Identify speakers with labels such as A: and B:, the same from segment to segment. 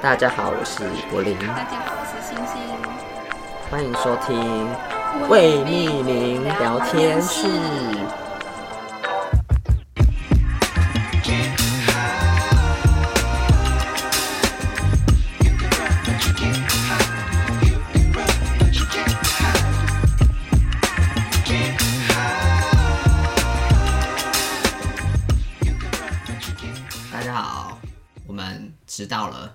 A: 大家好，我是柏林，
B: 大家好，我是星星。
A: 欢迎收听未命名聊天室。大家好，我们迟到了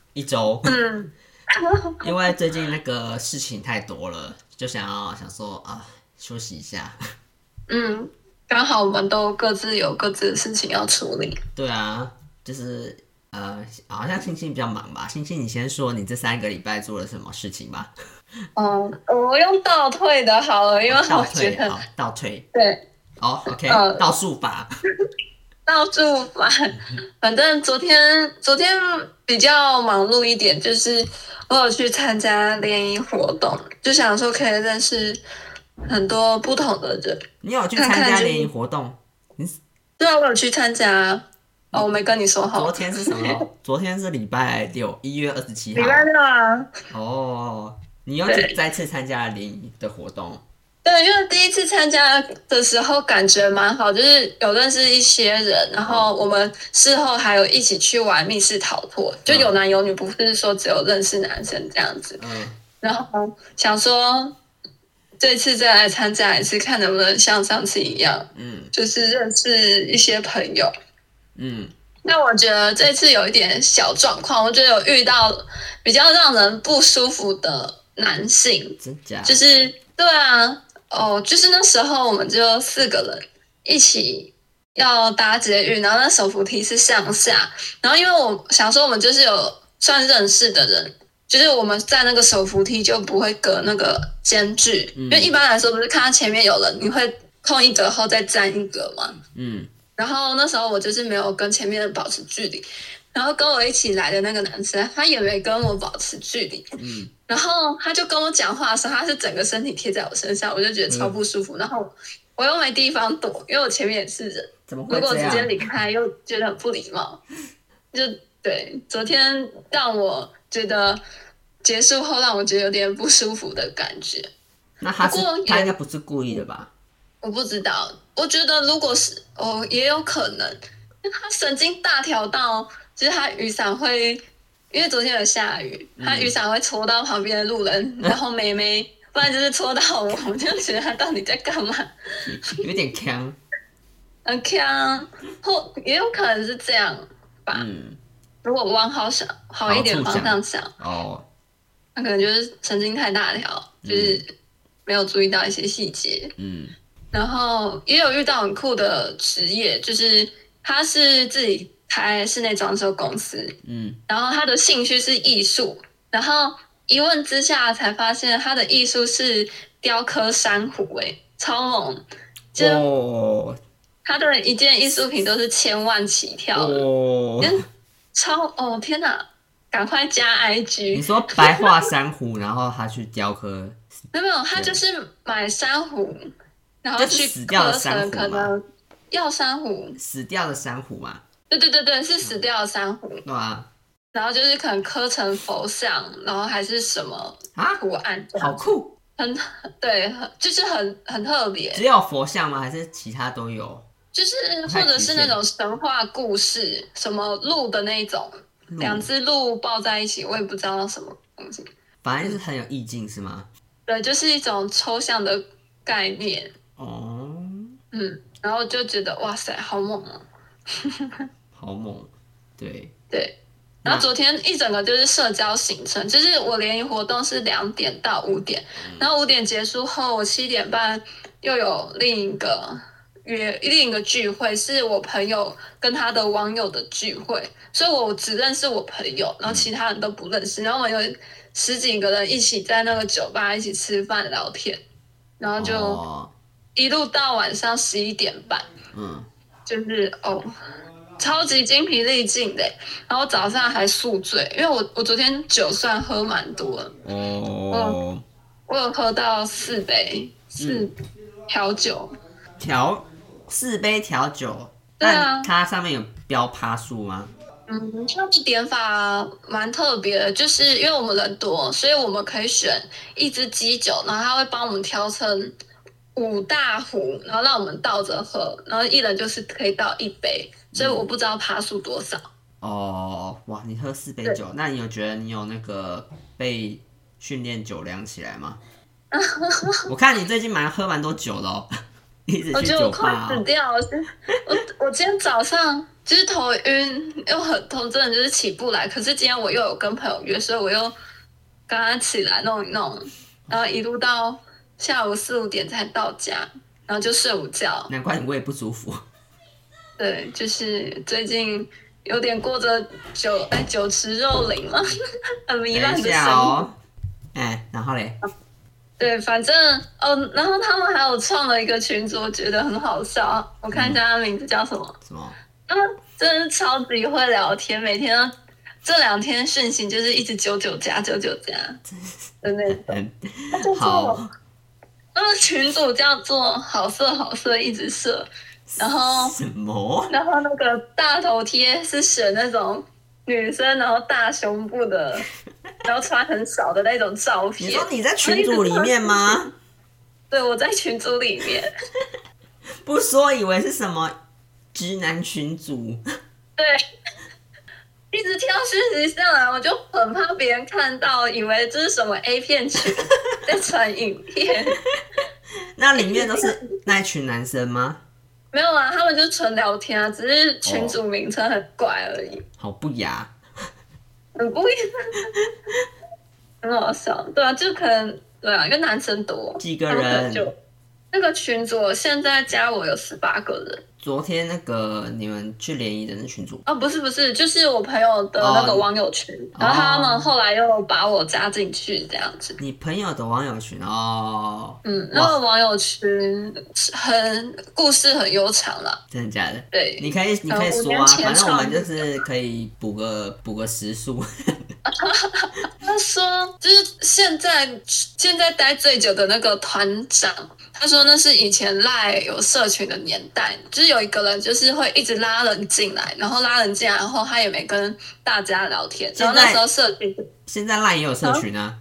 A: 一周。
B: 嗯，
A: 因为最近那个事情太多了，就想要想说啊，休息一下。
B: 嗯，刚好我们都各自有各自的事情要处 理。
A: 对啊，就是呃，好像星星比较忙吧。星星，你先说你这三个礼拜做了什么事情 吧。
B: 嗯，我用倒退的好了，因为
A: 倒
B: 哦我觉
A: 退，
B: 得
A: 好，倒退。
B: 对
A: 哦、o k
B: 呃
A: 倒数法。
B: 到处 反，反正昨天昨天比较忙碌一点，就是呃我有去参加联谊活动，就想说可以认识很多不同的人。
A: 你有去
B: 看
A: 参
B: 看
A: 加
B: 就
A: 联谊活动？
B: 对啊，我有去参加。哦，我没跟你说
A: 昨
B: 好，
A: 天是什 么？昨天是礼拜六，一月二十七
B: 礼拜
A: 号。
B: 六啊。
A: 哦，你又
B: 对
A: 去再次参加了联谊的活动。
B: 对，因为第一次参加的时候感觉蛮好，就是有认识一些人，然后我们事后还有一起去玩密室逃脱，就有男有女，不是说只有认识男生这样子。
A: 嗯，
B: 然后想说这次再来参加一次，看能不能像上次一样，
A: 嗯
B: 就是认识一些朋友。
A: 嗯，
B: 那我觉得这次有一点小状况，我觉得有遇到比较让人不舒服的男性，
A: 真假？
B: 就是对啊，哦，就是那时候我们就四个人一起要搭捷运，然后那手扶梯是上下，然后因为我想说我们就是有算认识的人。就是我们在那个手扶梯就不会隔那个间距，
A: 嗯
B: 因为一般来说不是看到前面有人，你会空一格后再站一格嘛。
A: 嗯
B: 然后那时候我就是没有跟前面的保持距离，然后跟我一起来的那个男生他也没跟我保持距离，
A: 嗯，
B: 然后他就跟我讲话的时候，他是整个身体贴在我身上，我就觉得超不
A: 嗯
B: 舒服。然后我又没地方躲，因为我前面也是人，
A: 怎么
B: 如
A: 会
B: 果
A: 这
B: 直接
A: 样？
B: 离开又觉得很不礼貌。就对，昨天让我觉得结束后让我觉得有点不舒服的感觉。
A: 那他是
B: 不过也
A: 他应该不是故意的 吧？
B: 我不知道，我觉得如果是哦，也有可能，因为他神经大条到，就是他雨伞会，因为昨天有下雨，他
A: 嗯
B: 雨伞会戳到旁边的路人，然后妹妹，不然就是戳到我，我就觉得他到底在干嘛？
A: 有点坑。
B: 很强，或也有可能是这样吧。
A: 嗯，
B: 如果往好想好一点
A: 好处
B: 方向想，
A: 哦，
B: 他可能就是神经太大条，就是没有注意到一些细节。
A: 嗯
B: 然后也有遇到很酷的职业，就是他是自己开室内装修公司，
A: 嗯
B: 然后他的兴趣是艺术，然后一问之下才发现他的艺术是雕刻珊瑚、欸，超猛！就
A: 哦
B: 他的一件艺术品都是千万起跳的，
A: 哦，
B: 超哦天哪！赶快加
A: 你
B: IG，
A: 说白化珊瑚，然后他去雕刻，
B: 没有没有，他就是买珊瑚，然后
A: 就是
B: 去
A: 死掉的
B: 刻
A: 珊瑚
B: 成可
A: 吗
B: 能要珊瑚，
A: 死掉的珊瑚嘛，
B: 对对对对，是死掉的珊瑚。
A: 对吧？
B: 然后就是可能刻成佛像，然后还是什么
A: 啊，
B: 图案，
A: 好酷！
B: 很对，很就是很很特别，
A: 只有佛像吗？还是其他都有？
B: 就是
A: 太
B: 或者
A: 极
B: 是
A: 限
B: 那种神话故事，什么鹿的那一种，
A: 鹿
B: 两只鹿抱在一起，我也不知道什么东西。
A: 反正就是很有意境，是吗？
B: 对，就是一种抽象的概念，
A: 哦，
B: 嗯，然后就觉得哇塞，好猛啊！
A: 好猛！对，
B: 对，
A: 那
B: 然后昨天一整个就是社交行程，就是我联谊活动是两点到五点，然后五点结束后，我七点半又有另一个约另一个聚会，是我朋友跟他的网友的聚会，所以我只认识我朋友，然后其他人都不认识，然后我们有十几个人一起在那个酒吧一起吃饭聊天，然后就
A: 哦、
B: 一路到晚上十一点半。
A: 嗯，
B: 就是哦，超级精疲力尽的。然后早上还宿醉，因为我我昨天酒算喝蛮多了，嗯
A: 哦，
B: 我有喝到四杯四调酒，
A: 调四杯调酒，
B: 对啊
A: 但它上面有标趴数吗？
B: 嗯，他们点法蛮特别的，就是因为我们人多，所以我们可以选一支基酒，然后他会帮我们挑成五大壶，然后让我们倒着喝，然后一人就是可以倒一杯，所以我不知道趴数多少。
A: 哦，哇，你喝四杯
B: 对
A: 酒，那你有觉得你有那个被训练酒量起来 吗？我看你最近蛮喝蛮多酒的哦， 一直
B: 我
A: 去
B: 觉得
A: 酒
B: 我快
A: 吧、
B: 死
A: 哦。
B: 掉了，我我今天早上就是头晕，又很头真的就是起不来，可是今天我又有跟朋友约，所以我又刚刚起来弄一弄，然后一路到下午四五点才到家，然后就睡午觉。
A: 难怪你胃不舒服。
B: 对，就是最近有点过着酒哎酒池肉林了， 很
A: 等
B: 糜烂
A: 一
B: 的
A: 下
B: 生活。
A: 哦，哎，然后嘞，
B: 对，反正哦，然后他们还有创了一个群组，我觉得很好笑。我看一下他名字叫什么。
A: 什么？
B: 他们真的超级会聊天，每天都这两天讯息就是一直九九加九九加的那种。
A: 嗯，
B: 他就
A: 好
B: 做，，那个群主叫做“好色好色”，一直射，然后
A: 什么？
B: 然后那个大头贴是选那种女生，然后大胸 部的，然后穿很少的那种照
A: 你
B: 片。
A: 说你在群组里面吗？
B: 对，我在群组里面。
A: 不说以为是什么直男群组，
B: 对，一直挑讯息上来，我就很怕别人看到，以为这是什么 A 片群在传影片。
A: 那里面都是那一群男生吗？
B: 没有啊，他们就纯聊天啊，只是
A: 哦
B: 群主名称很怪而已，
A: 好不雅，
B: 很不一样， 很好笑。对啊，就可能对啊，因为男生多，
A: 几个
B: 然后可能
A: 人？
B: 就那个群主现在加我有十八个人
A: 昨天那个你们去联谊的那群组，
B: 哦，不是不是，就是我朋友的那个
A: 哦
B: 网友群，然后他们后来又把我加进去这样子。
A: 你朋友的网友群哦，
B: 嗯，那个网友群很故事很悠长啦，
A: 真的假的？
B: 对，
A: 你可以，你可以
B: 呃
A: 说
B: 五年
A: 啊，
B: 前
A: 反正我们
B: 创的
A: 就是可以补个补个时数，
B: 他说就是现在现在待最久的那个团长，他说那是以前赖有社群的年代，就是有一个人就是会一直拉人进来，然后拉人进来然后他也没跟大家聊天，
A: 现
B: 然
A: 在
B: 后那时候社群
A: 现在烂也有社群啊？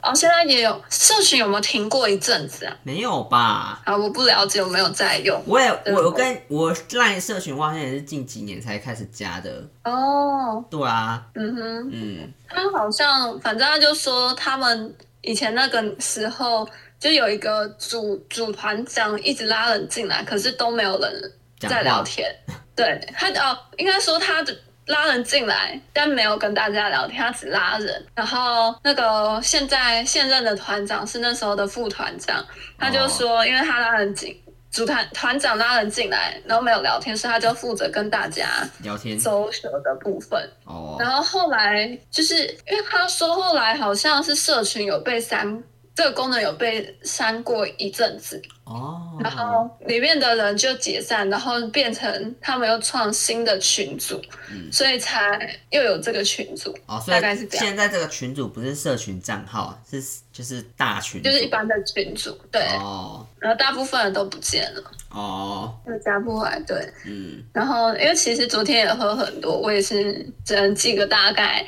B: 哦现在也有社群有没有停过一阵子啊？
A: 没有吧？
B: 啊，我不了解有没有在用
A: 我也
B: 对
A: 我我跟我烂社群，我好像也是近几年才开始加的。
B: 哦，
A: 对啊，
B: 嗯哼。
A: 嗯，
B: 他好像，反正他就说他们以前那个时候，就有一个组组团长一直拉人进来，可是都没有人
A: 讲
B: 在聊
A: 话
B: 天。对他哦，应该说他的拉人进来，但没有跟大家聊天，他只拉人。然后那个现在现任的团长是那时候的副团长，他就
A: 哦
B: 说，因为他拉人进。组团团长拉人进来，然后没有聊天，所以他就负责跟大家
A: 聊天
B: social 的部分。
A: 哦，
B: 然后后来就是因为他说后来好像是社群有被删，这个功能有被删过一阵子，
A: 哦，
B: 然后里面的人就解散，然后变成他们又创新的群组，
A: 嗯
B: 所以才又有这个群组，
A: 哦，所
B: 大概是
A: 以
B: 这样，
A: 现在这个群组不是社群账号，是就是大群组，
B: 就是一般的群组，对，
A: 哦
B: 然后大部分人都不见了，
A: 哦，
B: 就加不回来，对。
A: 嗯，
B: 然后因为其实昨天也喝很多，我也是只能记个大概，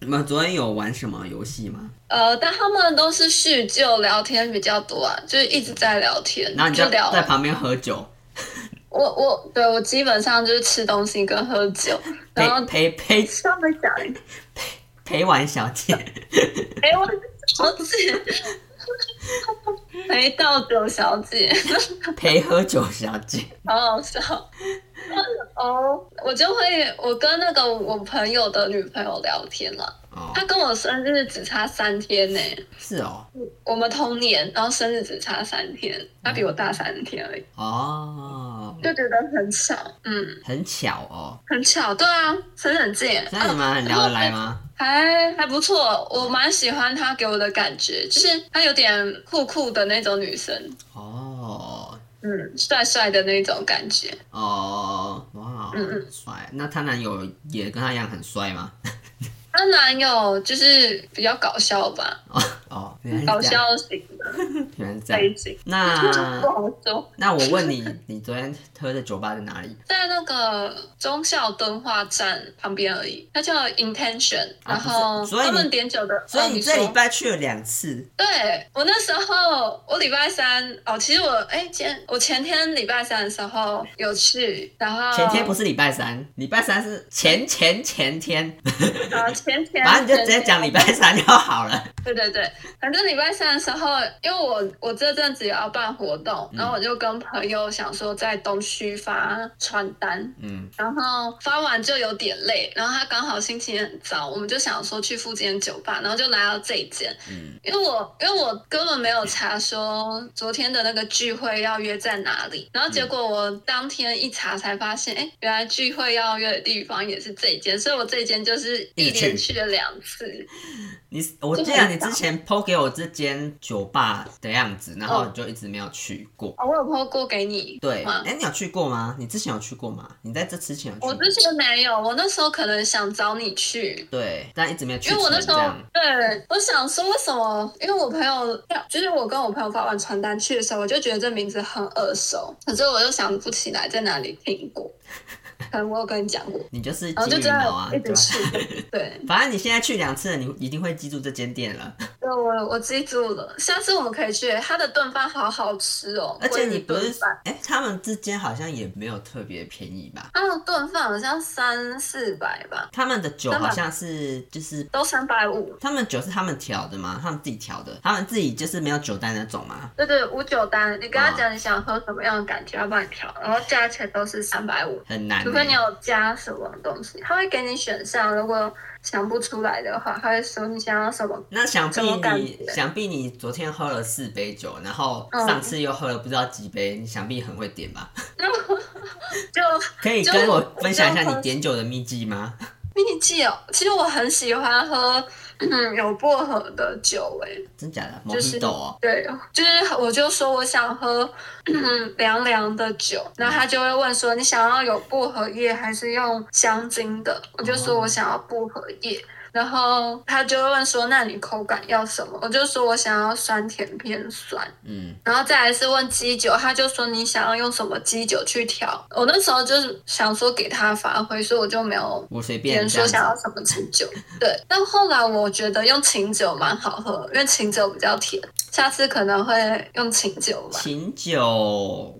A: 你们昨天有玩什么游戏吗？
B: 呃，但他们都是叙旧聊天比较多啊，就是一直在聊天，
A: 然后你
B: 就
A: 就
B: 聊。
A: 在旁边喝酒，
B: 我我对我基本上就是吃东西跟喝酒，然后
A: 陪陪陪
B: 稍微讲一下，
A: 陪玩小姐，
B: 哎，我小姐，陪倒酒小姐，
A: 陪喝酒小姐，
B: 好好笑。哦，我就会我跟那个我朋友的女朋友聊天了，
A: 哦，
B: 她跟我生日只差三天呢、
A: 是哦，
B: 我们同年，然后生日只差三天，她比我大三天而已，
A: 哦，
B: 就觉得很巧，嗯，
A: 很巧哦，
B: 很巧，对啊，真的很近耶，
A: 那你们很聊得来吗？
B: 还还不错，我蛮喜欢她给我的感觉，就是她有点酷酷的那种女生，
A: 哦
B: 嗯，帅帅的那种感觉。
A: 哦，哇，
B: 嗯
A: 很帅，那她男友也跟她一样很帅吗？
B: 她男友就是比较搞笑吧，
A: 哦哦，原来
B: 搞
A: 是这样，
B: 笑哎型的
A: 原来是这
B: 背
A: 样。啊
B: 景， 不
A: 那
B: 好说。
A: 那我问你，你昨天喝的酒吧在哪里？
B: 在那个忠孝敦化站旁边而已，它叫 Intention，、
A: 啊
B: 然后
A: 不是所以
B: 他
A: 你
B: 们点酒的，
A: 所
B: 哦
A: 以你
B: 你
A: 这
B: 说
A: 礼拜去了两次，
B: 对我那时候，我礼拜三哦，其实我哎，前我前天礼拜三的时候有去，然后
A: 前天不是礼拜三，礼拜三是前前前天，
B: 啊，前天
A: 反正你就直接讲礼拜三就好了。
B: 对对对，反正礼拜三的时候，因为我我这阵子也要办活动，然后我就跟朋友想说在东区发传单，
A: 嗯，
B: 然后发完就有点累，然后他刚好心情很糟，我们就想说去附近的酒吧，然后就来到这一间，
A: 嗯
B: 因为我因为我根本没有查说昨天的那个聚会要约在哪里，然后结果我当天一查才发现，哎、原来聚会要约的地方也是这一间，所以我这一间就是一连去了两次，
A: 你我记得你之前 PO 给我这间酒吧的样子，然
B: 哦
A: 后你就一直没有去过。
B: 哦，我有 PO 过给你，
A: 对，
B: 吗
A: 哎、你有去过吗？你之前有去过吗？你在这之前有去过？
B: 我之前没有，我那时候可能想找你去。
A: 对，但一直没有去
B: 因为我那
A: 成
B: 时
A: 这
B: 候
A: 样。
B: 对，我想说为什么？因为我朋友，就是我跟我朋友发完传单去的时候，我就觉得这名字很耳熟，可是我又想不起来在哪里听过。可能我有跟你讲过，
A: 你就是
B: 然后
A: 金
B: 哦就
A: 鱼
B: 这
A: 脑啊，
B: 样一
A: 对
B: 直
A: 吧？
B: 去。对，
A: 反正你现在去两次了，你一定会记住这间店了。
B: 对我我记住了，下次我们可以去。他的炖饭好好吃哦，
A: 而且你
B: 鲑鱼
A: 不
B: 炖
A: 是
B: 饭，
A: 哎、他们之间好像也没有特别便宜吧？
B: 他的炖饭好像三四百吧，
A: 他们的酒
B: 真的
A: 好像是就是
B: 都三百五。
A: 他们酒是他们调的吗？他们自己调的，他们自己就是没有酒单那种吗？
B: 对对，五九单，你跟他
A: 哦
B: 讲你想喝什么样的感觉，他帮你调，然后价钱都是三百五，
A: 很难欸、
B: 除非你有加什么东西，他会给你选项。如果想不出来的话，他会说你想要什么。
A: 那想必
B: 什么感
A: 你
B: 觉
A: 想必你昨天喝了四杯酒，然后
B: 嗯
A: 上次又喝了不知道几杯，你想必很会点 吧？
B: 就
A: 可以
B: 就
A: 跟我
B: 我
A: 分享一下
B: 就喝
A: 你点酒的秘籍吗？
B: 秘籍哦，其实我很喜欢喝嗯有薄荷的酒欸诶，
A: 真假的？摩
B: 就是
A: 比豆哦，
B: 对，就是我就说我想喝嗯凉凉的酒，然后他就会问说你想要有薄荷叶还是用香精的？我就说我想要薄荷叶。然后他就会问说：“那你口感要什么？”我就说我想要酸甜偏酸，
A: 嗯，
B: 然后再来是问基酒，他就说你想要用什么基酒去调。我那时候就是想说给他发挥，所以我就没有
A: 我随
B: 别
A: 便
B: 人
A: 这
B: 说想
A: 样
B: 要
A: 子。
B: 什么清酒。对，但后来我觉得用琴酒蛮好喝，因为琴酒比较甜。下次可能会用琴酒吧。
A: 琴酒，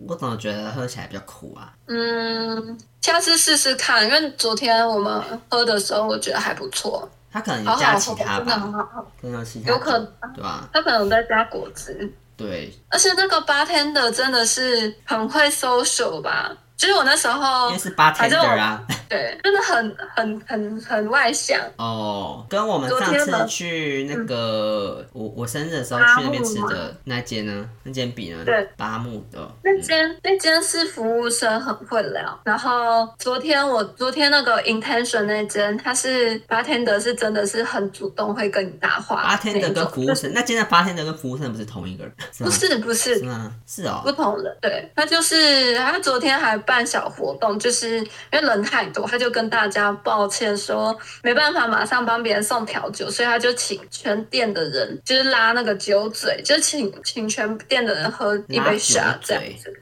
A: 我怎么觉得喝起来比较苦啊？
B: 嗯，下次试试看，因为昨天我们喝的时候我觉得还不错，
A: 它可能
B: 好
A: 有嗯加
B: 好
A: 其
B: 喝，
A: 他
B: 真的很
A: 吧，
B: 好喝。
A: 可能有其他酒，
B: 有可能
A: 对吧？
B: 他可能在加果汁。
A: 对，
B: 而且那个 bartender 真的是很会 social 吧，就是我那时候
A: 因为是
B: 反正
A: bartender
B: 我
A: 啊。
B: 对，真的很很很很外向。
A: 哦，跟我们
B: 昨
A: 上
B: 天
A: 次
B: 的
A: 去那个、我我生日的时候
B: 巴
A: 去那边
B: 木
A: 吃
B: 吗
A: 的那间呢，那间比呢，
B: 对，
A: 巴木的，嗯
B: 那间那间是服务生很会聊，然后昨天我昨天那个 intention 那间，他是 bartender 是真的是很主动会跟你搭话
A: 八
B: 那
A: 天
B: 一种，
A: 的跟服务生，那间的八天的跟服务生不是同一个人，是
B: 不
A: 吗？
B: 是不是
A: 是吗？是
B: 不
A: 哦，
B: 同人，对，他就是他昨天还办小活动，就是因为人太多，他就跟大家抱歉说没办法马上帮别人送调酒，所以他就请全店的人就是拉那个酒嘴，就请请全店的人喝一
A: 拉
B: 杯
A: 酒
B: 沙啊这样
A: 嘴
B: 子。，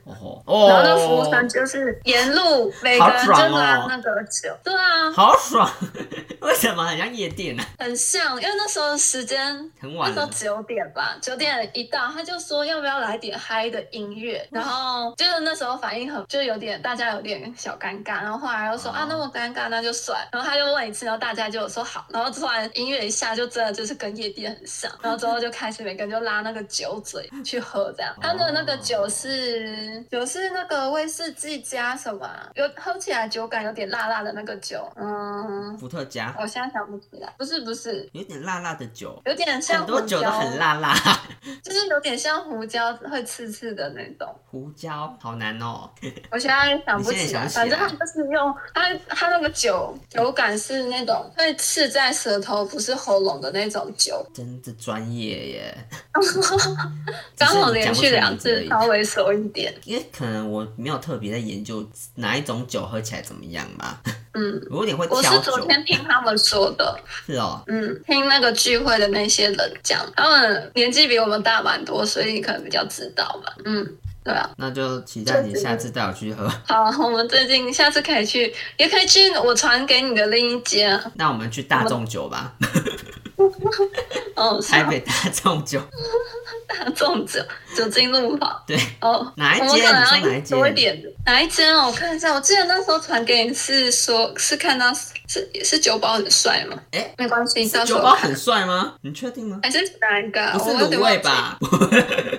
A: 哦
B: 然后那服务
A: 哦，
B: 生就是沿路每个人就拿那个酒，对啊，
A: 好爽， 为什么很像夜店呢、啊？
B: 很像，因为那时候时间
A: 很
B: 那
A: 晚
B: 时候
A: 了，
B: 九点吧，九点一到，他就说要不要来点嗨的音乐，然后就是那时候反应很，就有点大家有点小尴尬，然后后来又说、
A: 哦
B: 啊那么尴尬那就算，然后他又问一次，然后大家就有说好，然后突然音乐一下就真的就是跟夜店很像，然后之后就开始每个人就拉那个酒嘴去喝这样，
A: 哦
B: 他的那个酒是酒是那个威士忌加什么啊、有喝起来酒感有点辣辣的那个酒，嗯，
A: 伏特加
B: 我现在想不起来，不是不是。
A: 有点辣辣的酒，
B: 有点像
A: 很多
B: 胡
A: 酒都
B: 椒
A: 很辣 辣，
B: 就是有点像胡椒会刺刺的那种。
A: 胡椒好难哦，
B: 我现在想不
A: 你现
B: 起
A: 在
B: 来，
A: 想起来
B: 反正它就是用它它那个酒酒感是那种会刺在舌头，不是喉咙的那种酒。
A: 真的专业 耶，只
B: 刚
A: 是
B: 好
A: 你讲
B: 连
A: 不
B: 续
A: 出
B: 两
A: 名字而
B: 次，
A: 已
B: 稍微熟一点。
A: 因为可能我没有特别在研究哪一种酒喝起来怎么样吧。
B: 嗯，
A: 我有点会
B: 我
A: 挑
B: 是
A: 酒
B: 昨，天听他们说的，
A: 是哦，
B: 嗯，听那个聚会的那些人讲，他们年纪比我们大蛮多，所以可能比较知道吧。嗯，对啊。
A: 那就期待你
B: 就是
A: 下次带我去喝。
B: 好，我们最近下次可以去，也可以去我传给你的另一间。
A: 那我们去大众酒吧，
B: 嗯，
A: 台北大众 酒，
B: 大众酒酒精路跑。
A: 对，
B: 哦，
A: 哪一
B: 我
A: 间？
B: 们可能要
A: 哎你说
B: 多
A: 哪
B: 一
A: 一间？
B: 点。哪一间啊？我看一下，我记得那时候传给你是说，是看到是是酒保很帅吗？
A: 诶
B: 没关系，
A: 哎
B: 到时
A: 酒
B: 候
A: 保很帅吗？你确定吗？
B: 还是哪一个啊？
A: 不是
B: 我有点
A: 卤
B: 忘
A: 味
B: 记？
A: 吧？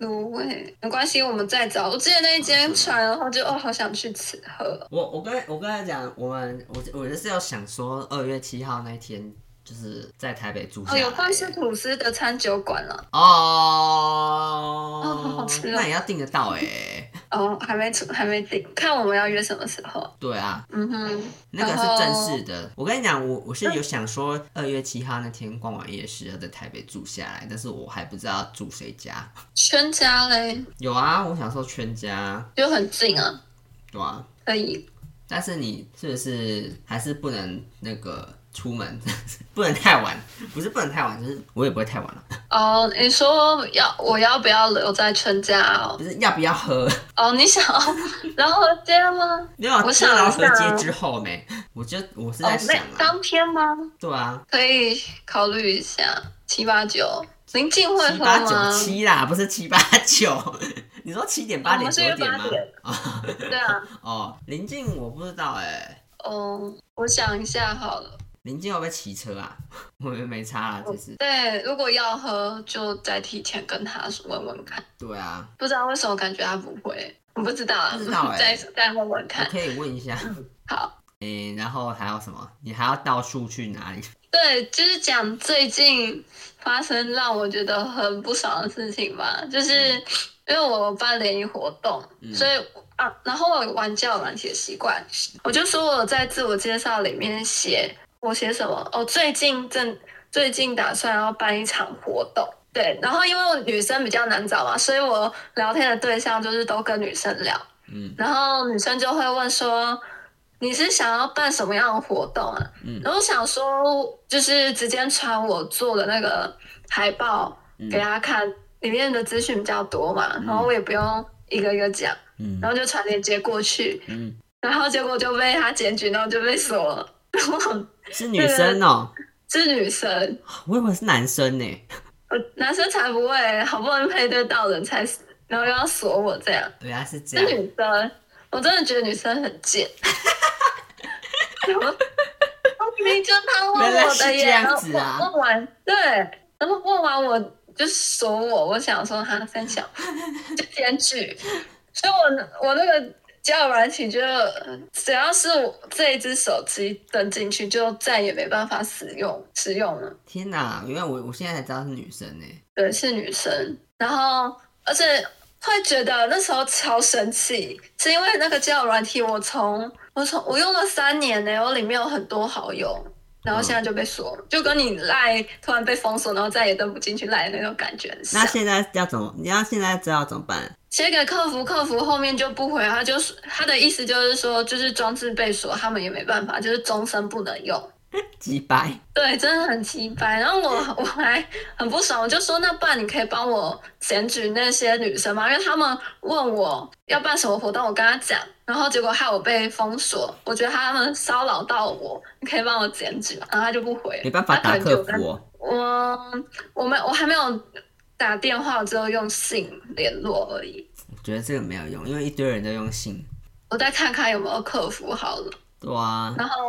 B: 卤味没关系，我们再找。我记得那一间传，然后就哦，好想去吃喝。 哦
A: 我我跟我跟他讲，我们我我就是要想说，二月七号那一天就是啊在台北住下
B: 哦，
A: 来。
B: 有饭是吐司的餐酒馆了。
A: 哦，
B: 哦好好吃哦
A: 那也要订得到哎。
B: 哦，还没出，还没定，看我们要约什么时候。
A: 对啊，
B: 嗯哼，
A: 那个
B: 然后
A: 是正式的。我跟你讲，我我
B: 嗯
A: 是有想说，二月七号那天逛完夜市要在台北住下来，但是我还不知道住谁家。
B: 全家嘞
A: 有啊，我想说全家，
B: 就很近啊，
A: 对啊。
B: 可以。
A: 但是你是不是还是不能那个出门， 不能太晚？不是不能太晚，就是我也不会太晚了。
B: 哦，你说要我要不要留在全家哦？
A: 不是要不要喝？
B: 哦，你想要然后接吗？
A: 没有啊，
B: 我
A: 进
B: 想
A: 劳
B: 一
A: 合
B: 下
A: 街
B: 啊
A: 之后没，我就我是
B: 哦
A: 在，想
B: 那
A: 啊，
B: 当天吗？
A: 对啊，
B: 可以考虑一下，七八九临近会
A: 七
B: 喝
A: 八九
B: 吗？
A: 七啦，不是七八九。 你说七点八
B: 哦
A: 点
B: 我是
A: 九点
B: 8
A: 吗？
B: 点
A: 啊
B: 对啊，
A: 哦，临近我不知道哎、
B: 哦，我想一下好了。
A: 临近会不会骑车啊？ 我们没差啊，
B: 哦
A: 其实。
B: 对，如果要喝，就再提前跟他问问看。
A: 对啊，
B: 不知道为什么感觉他不会，我不知道啊，
A: 不知道欸
B: 再再问问
A: 我
B: 看。
A: 可以问一下。
B: 嗯好，
A: 诶、然后还有什么？你还要到处去哪里？
B: 对，就是讲最近发生让我觉得很不爽的事情吧，就是因为我办联谊活动，
A: 嗯
B: 所以啊，然后我有玩交友软体的习惯，我就说我在自我介绍里面写我写什么哦，最近正最近打算要办一场活动。对，然后因为我女生比较难找嘛，所以我聊天的对象就是都跟女生聊，
A: 嗯
B: 然后女生就会问说：“你是想要办什么样的活动啊？”
A: 嗯
B: 然后我想说，就是直接传我做的那个海报
A: 嗯
B: 给她看，里面的资讯比较多嘛，然后我也不用一个一个讲，
A: 嗯
B: 然后就传链接过去，
A: 嗯，
B: 然后结果就被她检举，然后就被锁了。 然后
A: 是女生哦、
B: 是女生，
A: 我以为是男生呢、
B: 我男生才不会，好不容易配对到人才，然后又要锁我这样。
A: 原来是这
B: 是
A: 样。
B: 女生，我真的觉得女生 很贱。我明明就他问
A: 原来
B: 我
A: 是
B: 的耶，
A: 这样
B: 然后
A: 子啊
B: 问问完，对，然后问完我就锁我，我想说他三小就检举，所以我我那个交友软体就呃只要是我这一只手机登进去，就再也没办法使用使用了。
A: 天哪，原来我我现在才知道是女生呢、
B: 对，是女生。然后，而且会觉得那时候超生气，是因为那个交友软体我，从我从我用了三年呢、我里面有很多好友，然后现在就被锁了，就跟你赖突然被封锁，然后再也登不进去赖的那种感觉很像
A: 那。现在要怎么？你要现在知道怎么办？
B: 写给客服，客服后面就不回，他就是他的意思就是说，就是装置被锁，他们也没办法，就是终身不能用。
A: 几百？
B: 对，真的很奇怪。然后我 我还很不爽，我就说那不然你可以帮我检举那些女生吗？因为她们问我要办什么活动，我跟她讲，然后结果害我被封锁。我觉得她们骚扰到我，你可以帮我检举吗？然后她就不回，
A: 没办法
B: 她
A: 打
B: 可能就
A: 客服哦、
B: 我我没我还没有打电话，我只有用信联络而已。
A: 我觉得这个没有用，因为一堆人都用信。
B: 我再看看有没有客服好了。
A: 对啊，
B: 然后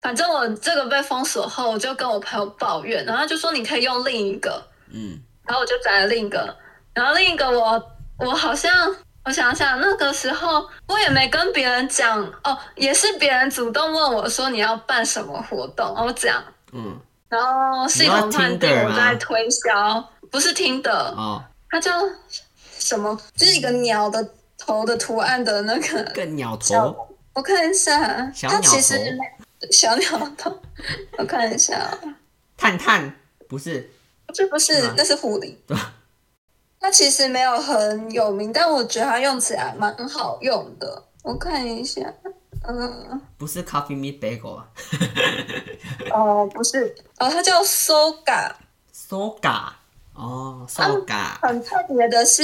B: 反正我这个被封锁后，我就跟我朋友抱怨，然后他就说你可以用另一个。
A: 嗯，
B: 然后我就载了另一个，然后另一个我我好像我想想那个时候我也没跟别人讲哦，也是别人主动问我说你要办什么活动，我讲，
A: 嗯，
B: 然后系统判定
A: 你要 Tinder
B: 我
A: 吗
B: 在推销，不是听的，
A: 哦，
B: 它叫什么？就是一个鸟的头的图案的那个
A: 更鸟
B: 小
A: 头，
B: 我看一下，
A: 小
B: 它
A: 鸟
B: 其实
A: 头
B: 没小鸟头， 我看一下、哦。
A: 探探不是
B: 这不
A: 是
B: 是
A: 吗，
B: 那是狐狸
A: 对。啊
B: 它其实没有很有名，但我觉得它用起来蛮好用的。我看一下，嗯，
A: 不是 Coffee Meet Bagel 啊
B: 哦，不是，哦，它叫 Soga。
A: ，Soga 哦，Soga
B: 很特别的是，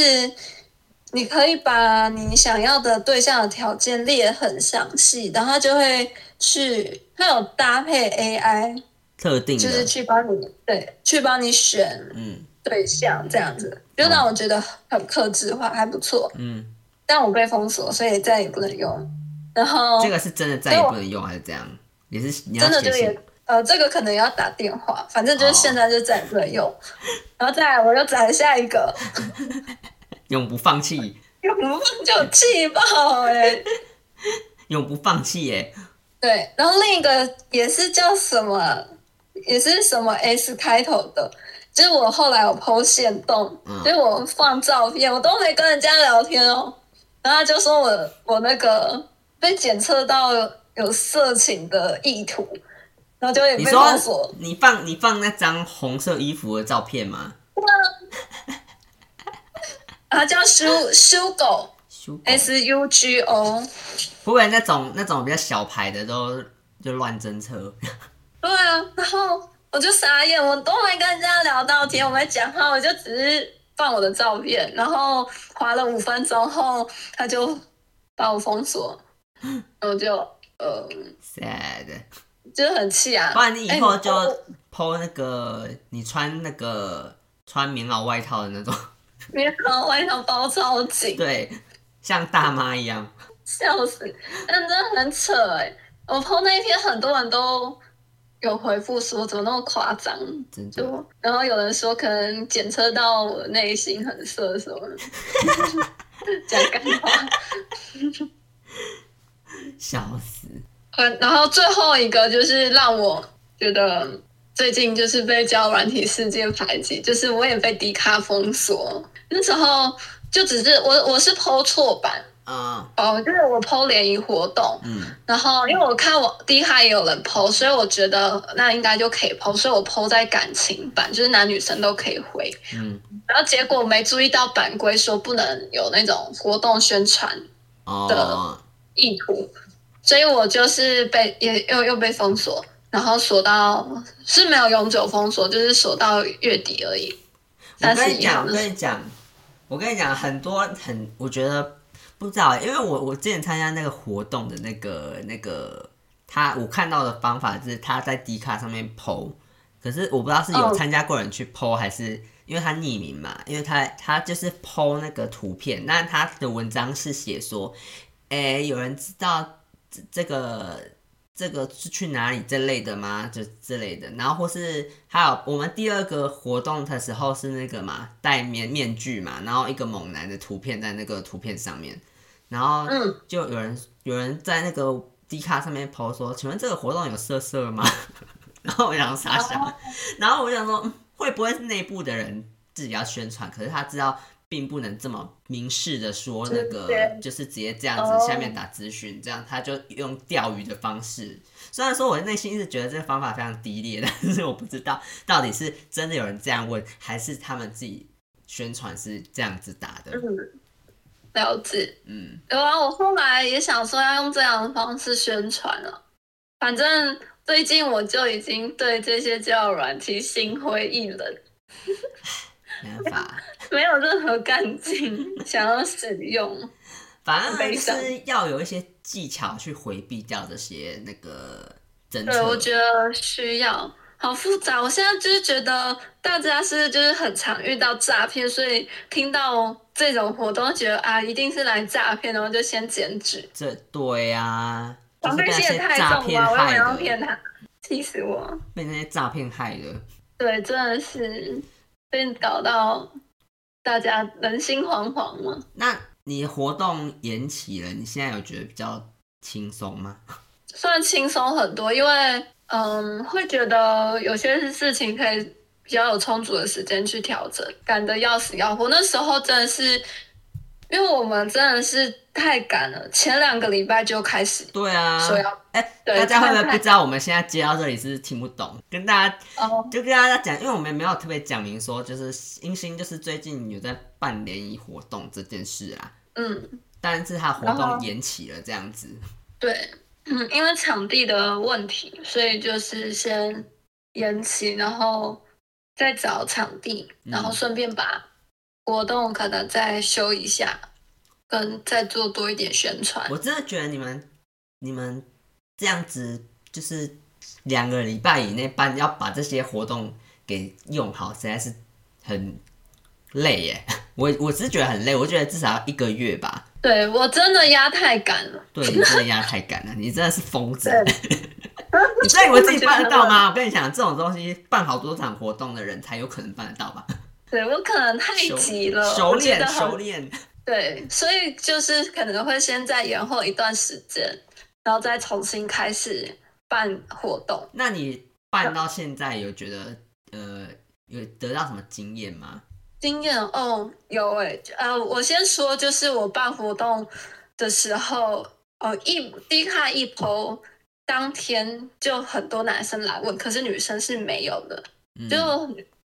B: 你可以把你想要的对象的条件列得很详细，然后它就会去，它有搭配 AI，
A: 特定
B: 就是
A: 的，
B: 去帮你对，去帮你选
A: 嗯
B: 对象这样子，就让我觉得很克制化，还不错。
A: 嗯，
B: 但我被封锁，所以再也不能用。然后
A: 这个是真的再也不能用还是怎样？也是你要
B: 真的
A: 写
B: 就
A: 信
B: 也，呃，这个可能要打电话，反正就是
A: 哦
B: 现在就再也不能用。然后再来，我又找了下一个，
A: 永不放弃，
B: 又不就气爆哎、
A: 永不放弃耶，
B: 对，然后另一个也是叫什么，也是什么 S 开头的，就是我后来有 PO 线动，
A: 嗯
B: 就是我放照片，我都没跟人家聊天哦，然后他就说我我那个被检测到有色情的意图，然后就也
A: 你
B: 被
A: 说
B: 封锁。
A: 你放你放那张红色衣服的照片吗？
B: 他叫 Shu Shugo
A: 修狗
B: S U G O，
A: 不会那种那种比较小牌的都就乱侦测，
B: 对啊，然后我就傻眼，我都没跟人家聊到天，我没讲话，我就只是放我的照片，然后划了五分钟后，他就把我封锁，我就呃，
A: sad。
B: 就是很气啊。
A: 不然你以后
B: 哎
A: 就 PO 那个你穿那个穿棉袄外套的那种，
B: 你搞外套包超紧，
A: 对，像大妈一样。
B: 笑死！但真的很扯哎、我 PO 那一天，很多人都有回复说怎么那么夸张，
A: 真的
B: 就然后有人说可能检测到我内心很色什么的，讲干话。
A: 笑死！
B: 嗯，然后最后一个就是让我觉得最近就是被交友软体世界排挤，就是我也被迪卡封锁。那时候就只是我我是剖错版
A: 啊、
B: 哦，就是我剖联谊活动，
A: 嗯
B: 然后因为我看我迪卡也有人剖，所以我觉得那应该就可以剖，所以我剖在感情版，就是男女生都可以回。
A: 嗯，
B: 然后结果没注意到版规说不能有那种活动宣传，
A: 哦
B: 的，意图，所以我就是被也又又被封锁，然后锁到是没有永久封锁，就是锁到月底而已。
A: 我
B: 三
A: 跟
B: 十
A: 你
B: 一
A: 讲，
B: 号
A: 我跟你讲，我跟你讲，很多很，我觉得不知道欸，因为我我之前参加那个活动的那个那个，他我看到的方法是他在 D 卡上面 PO，可是我不知道是有
B: 嗯
A: 参加过人去 PO 还是。因为他匿名嘛，因为他他就是 PO 那个图片，那他的文章是写说，哎、有人知道这这个这个是去哪里这类的吗？就之类的，然后或是还有我们第二个活动的时候是那个嘛，戴面面具嘛，然后一个猛男的图片在那个图片上面，然后
B: 嗯
A: 就有人有人在那个 D 卡上面 PO 说，请问这个活动有色色吗？ 然后我想傻想，然后我想说，嗯会不会是内部的人自己要宣传？可是他知道并不能这么明示的说那
B: 直接
A: 个，就是直接这样子
B: 哦
A: 下面打咨询，这样他就用钓鱼的方式。虽然说我内心一直觉得这个方法非常低劣， 但是我不知道到底是真的有人这样问，还是他们自己宣传是这样子打的。
B: 嗯，了解。
A: 嗯，
B: 有啊，我后来也想说要用这样的方式宣传了。反正最近我就已经对这些交友软体心灰意冷，
A: 没办法。
B: 没有任何干劲 想要使用。
A: 反而
B: 悲伤
A: 是要有一些技巧去回避掉这些那个侦
B: 对，
A: 测。
B: 我觉得需要。好复杂，我现在就是觉得大家是就是很常遇到诈骗，所以听到这种活动，觉得啊一定是来诈骗的，然后就先检举。
A: 这对呀、啊，就
B: 防
A: 是
B: 备
A: 被那
B: 心也
A: 些
B: 太
A: 诈
B: 重
A: 骗
B: 了，我又没
A: 害
B: 有
A: 的，
B: 骗他，气死我！
A: 被那些诈骗害的。
B: 对，真的是被搞到大家人心惶惶嘛。
A: 那你活动延期了，你现在有觉得比较轻松吗？
B: 算轻松很多，因为嗯，会觉得有些事情可以比较有充足的时间去调整，赶得要死要活。那时候真的是，因为我们真的是太赶了，前两个礼拜就开始
A: 对啊，
B: 说要
A: 哎、
B: 对
A: 大家会不会
B: 看看
A: 不知道我们现在接到这里是听不懂？跟大家
B: 哦，
A: 就跟大家讲，因为我们没有特别讲明说，就是英星就是最近有在办联谊活动这件事啦，啊
B: 嗯，
A: 但是他活
B: 然后
A: 动延期了这样子。
B: 对，嗯，因为场地的问题，所以就是先延期，然后再找场地，
A: 嗯
B: 然后顺便把活动可能再修一下，跟再做多一点宣传。
A: 我真的觉得你们你们这样子就是两个礼拜以内办，要把这些活动给用好，实在是很累耶。 我我只是觉得很累，我觉得至少要一个月吧。
B: 对我真的压太赶了，
A: 对你真的压太赶了，你真的是疯子。
B: 对
A: 你真以为自己办得到吗？我跟你讲，这种东西办好多场活动的人才有可能办得到吧。
B: 对我可能太
A: 熟
B: 急了，
A: 熟
B: 我觉
A: 练
B: 得很
A: 熟练，
B: 对，所以就是可能会先再延后一段时间，然后再重新开始办活动。
A: 那你办到现在有觉得呃有得到什么经验吗？
B: 经验哦，有诶、呃，我先说，就是我办活动的时候，呃，一低卡一头，当天就很多男生来问，可是女生是没有的，
A: 嗯
B: 就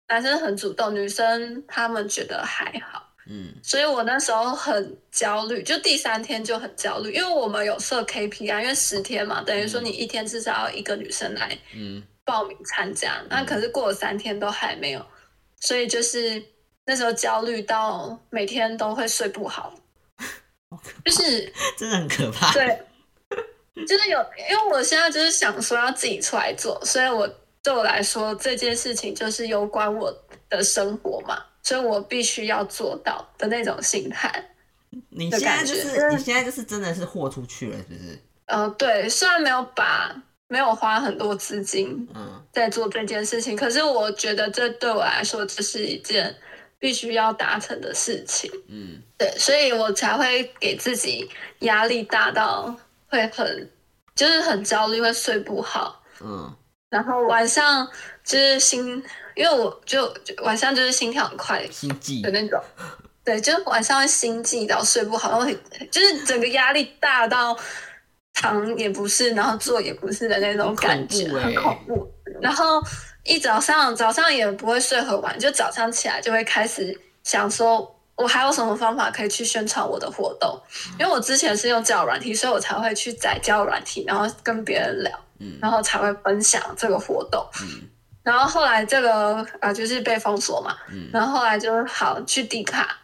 B: 男生很主动，女生他们觉得还好。
A: 嗯
B: 所以我那时候很焦虑，就第三天就很焦虑，因为我们有设 KPI，因为十天嘛，等于说你一天至少要一个女生来
A: 嗯
B: 报名参加，那可是过了三天都还没有，所以就是那时候焦虑到每天都会睡不好，就是
A: 真的很可怕。
B: 对，就是有，因为我现在就是想说要自己出来做，所以我对我来说这件事情就是有关我的生活嘛，所以我必须要做到的那种心态。
A: 你
B: 的
A: 现在
B: 感
A: 就
B: 觉
A: 是你现在就是真的是豁出去了，是不是？
B: 呃，对，虽然没有把没有花很多资金
A: 嗯
B: 在做这件事情，可是我觉得这对我来说这是一件必须要达成的事情。
A: 嗯
B: 对，所以我才会给自己压力大到会很就是很焦虑，会睡不好。
A: 嗯
B: 然后晚上就是心，因为我就就晚上就是心跳很快
A: 心悸
B: 的。那种，对，就是晚上会心悸到睡不好，然后会就是整个压力大到躺也不是，然后坐也不是的那种感觉，
A: 很恐怖欸
B: 很恐怖。然后一早上早上也不会睡很晚，就早上起来就会开始想说。我还有什么方法可以去宣传我的活动？因为我之前是用交友软体，所以我才会去载交友软体，然后跟别人聊。
A: 嗯
B: 然后才会分享这个活动。
A: 嗯
B: 然后后来这个呃就是被封锁嘛，
A: 嗯
B: 然后后来就好去迪卡，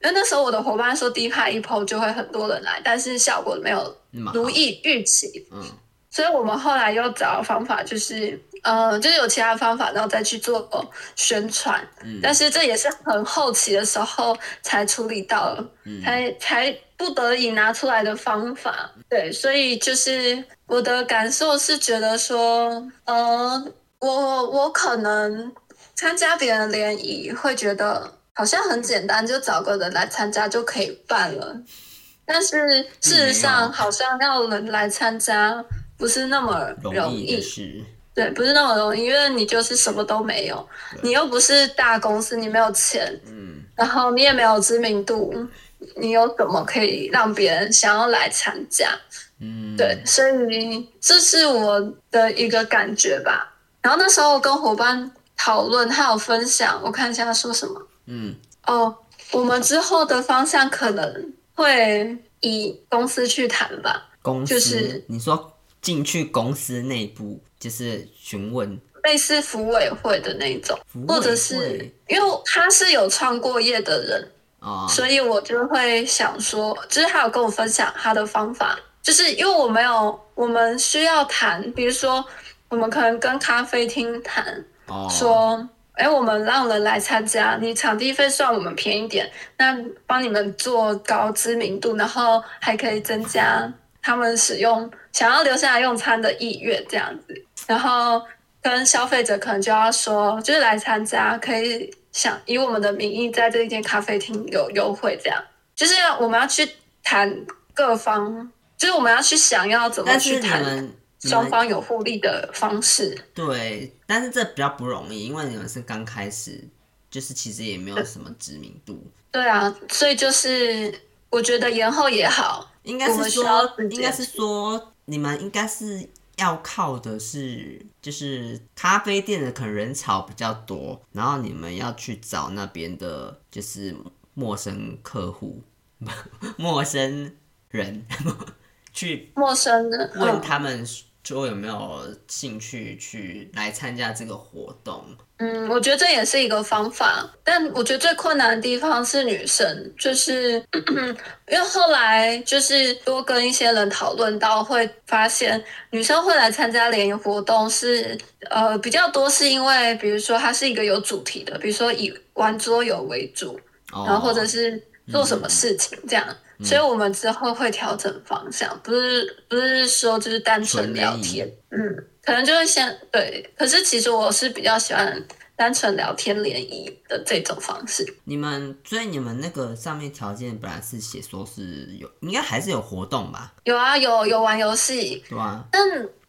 B: 因为那时候我的伙伴说迪卡一 PO 就会很多人来，但是效果没有
A: 嗯，蛮好
B: 如意预期，
A: 嗯
B: 所以我们后来又找方法，就是呃就是有其他方法，然后再去做宣传，
A: 嗯，
B: 但是这也是很后期的时候才处理到了
A: 嗯
B: 才才不得已拿出来的方法。对，所以就是我的感受是觉得说，呃，我我我可能参加别人的联谊会觉得好像很简单，就找个人来参加就可以办了。但是事实
A: 并没有
B: 上，好像要人来参加不是那么
A: 容易的事，
B: 对，不是那么容易，因为你就是什么都没有，
A: 对
B: 你又不是大公司，你没有钱，
A: 嗯
B: 然后你也没有知名度，你有怎么可以让别人想要来参加？
A: 嗯，
B: 对，，所以这是我的一个感觉吧。然后那时候我跟伙伴讨论，还有分享，我看一下他说什么。
A: 嗯
B: 哦，我们之后的方向可能会以公司去谈吧。
A: 公司
B: 就是
A: 你说进去公司内部就是询问
B: 类似服委会的那一种
A: 服委，会
B: 或者是因为他是有创过业的人，
A: 啊，
B: 所以我就会想说，就是他有跟我分享他的方法，就是因为我没有，我们需要谈，比如说我们可能跟咖啡厅谈，
A: 哦，
B: 说，哎、我们让人来参加，你场地费算我们便宜点，那帮你们做高知名度，然后还可以增加他们使用想要留下来用餐的意愿，这样子。然后跟消费者可能就要说，就是来参加可以想以我们的名义在这一间咖啡厅有优惠，这样就是要我们要去谈各方，就是我们要去想要怎么
A: 但
B: 去
A: 是你
B: 谈
A: 们你
B: 双
A: 们
B: 方有互利的方式。
A: 对，但是这比较不容易，因为你们是刚开始，就是其实也没有什么知名度，
B: 对啊，所以就是我觉得延后也好，
A: 应该
B: 我
A: 是
B: 们需要
A: 说，
B: 自己
A: 应该是说，你们应该是要靠的是，就是咖啡店的可能人潮比较多，然后你们要去找那边的， 就是陌生客户、陌生人，去
B: 陌生人
A: 问他们说有没有兴趣去来参加这个活动。
B: 嗯，我觉得这也是一个方法，但我觉得最困难的地方是女生，就是 因为后来就是多跟一些人讨论到，会发现女生会来参加联谊活动是呃比较多，是因为比如说它是一个有主题的，比如说以玩桌游为主，
A: 哦、
B: 然后或者是做什么事情这样。所以我们之后会调整方向，不是不是说就是单纯聊天，嗯，可能就会先对。可是其实我是比较喜欢单纯聊天联谊的这种方式。
A: 你们所以你们那个上面条件本来是写说是有，应该还是有活动吧？
B: 有啊，有有玩游戏，
A: 对吧？
B: 但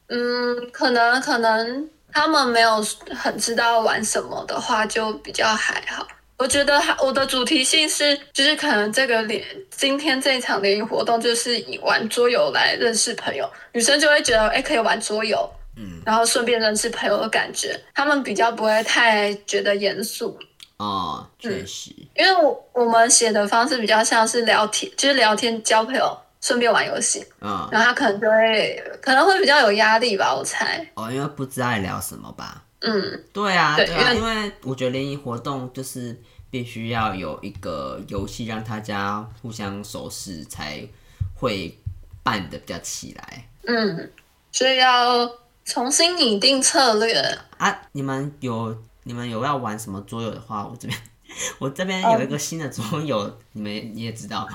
B: 嗯，可能可能他们没有很知道玩什么的话，就比较还好。我觉得还我的主题性是，就是可能这个联今天这一场联谊活动就是以玩桌游来认识朋友，女生就会觉得哎、诶可以玩桌游，
A: 嗯，
B: 然后顺便认识朋友的感觉，他们比较不会太觉得严肃，
A: 哦，
B: 嗯
A: 确实，
B: 因为我我们写的方式比较像是聊天，就是聊天交朋友，顺便玩游戏，
A: 嗯，
B: 然后他可能就会可能会比较有压力吧，我猜，
A: 哦，因为不知道在聊什么吧？
B: 嗯
A: 对啊，
B: 对
A: 对啊，
B: 因
A: 因为我觉得联谊活动就是必须要有一个游戏让大家互相熟识，才会办的比较起来
B: 嗯，所以要重新拟定策略。
A: 啊。你们有你们有要玩什么桌游的话，我这边我这边有一个
B: 嗯
A: 新的桌游，你们你也知道，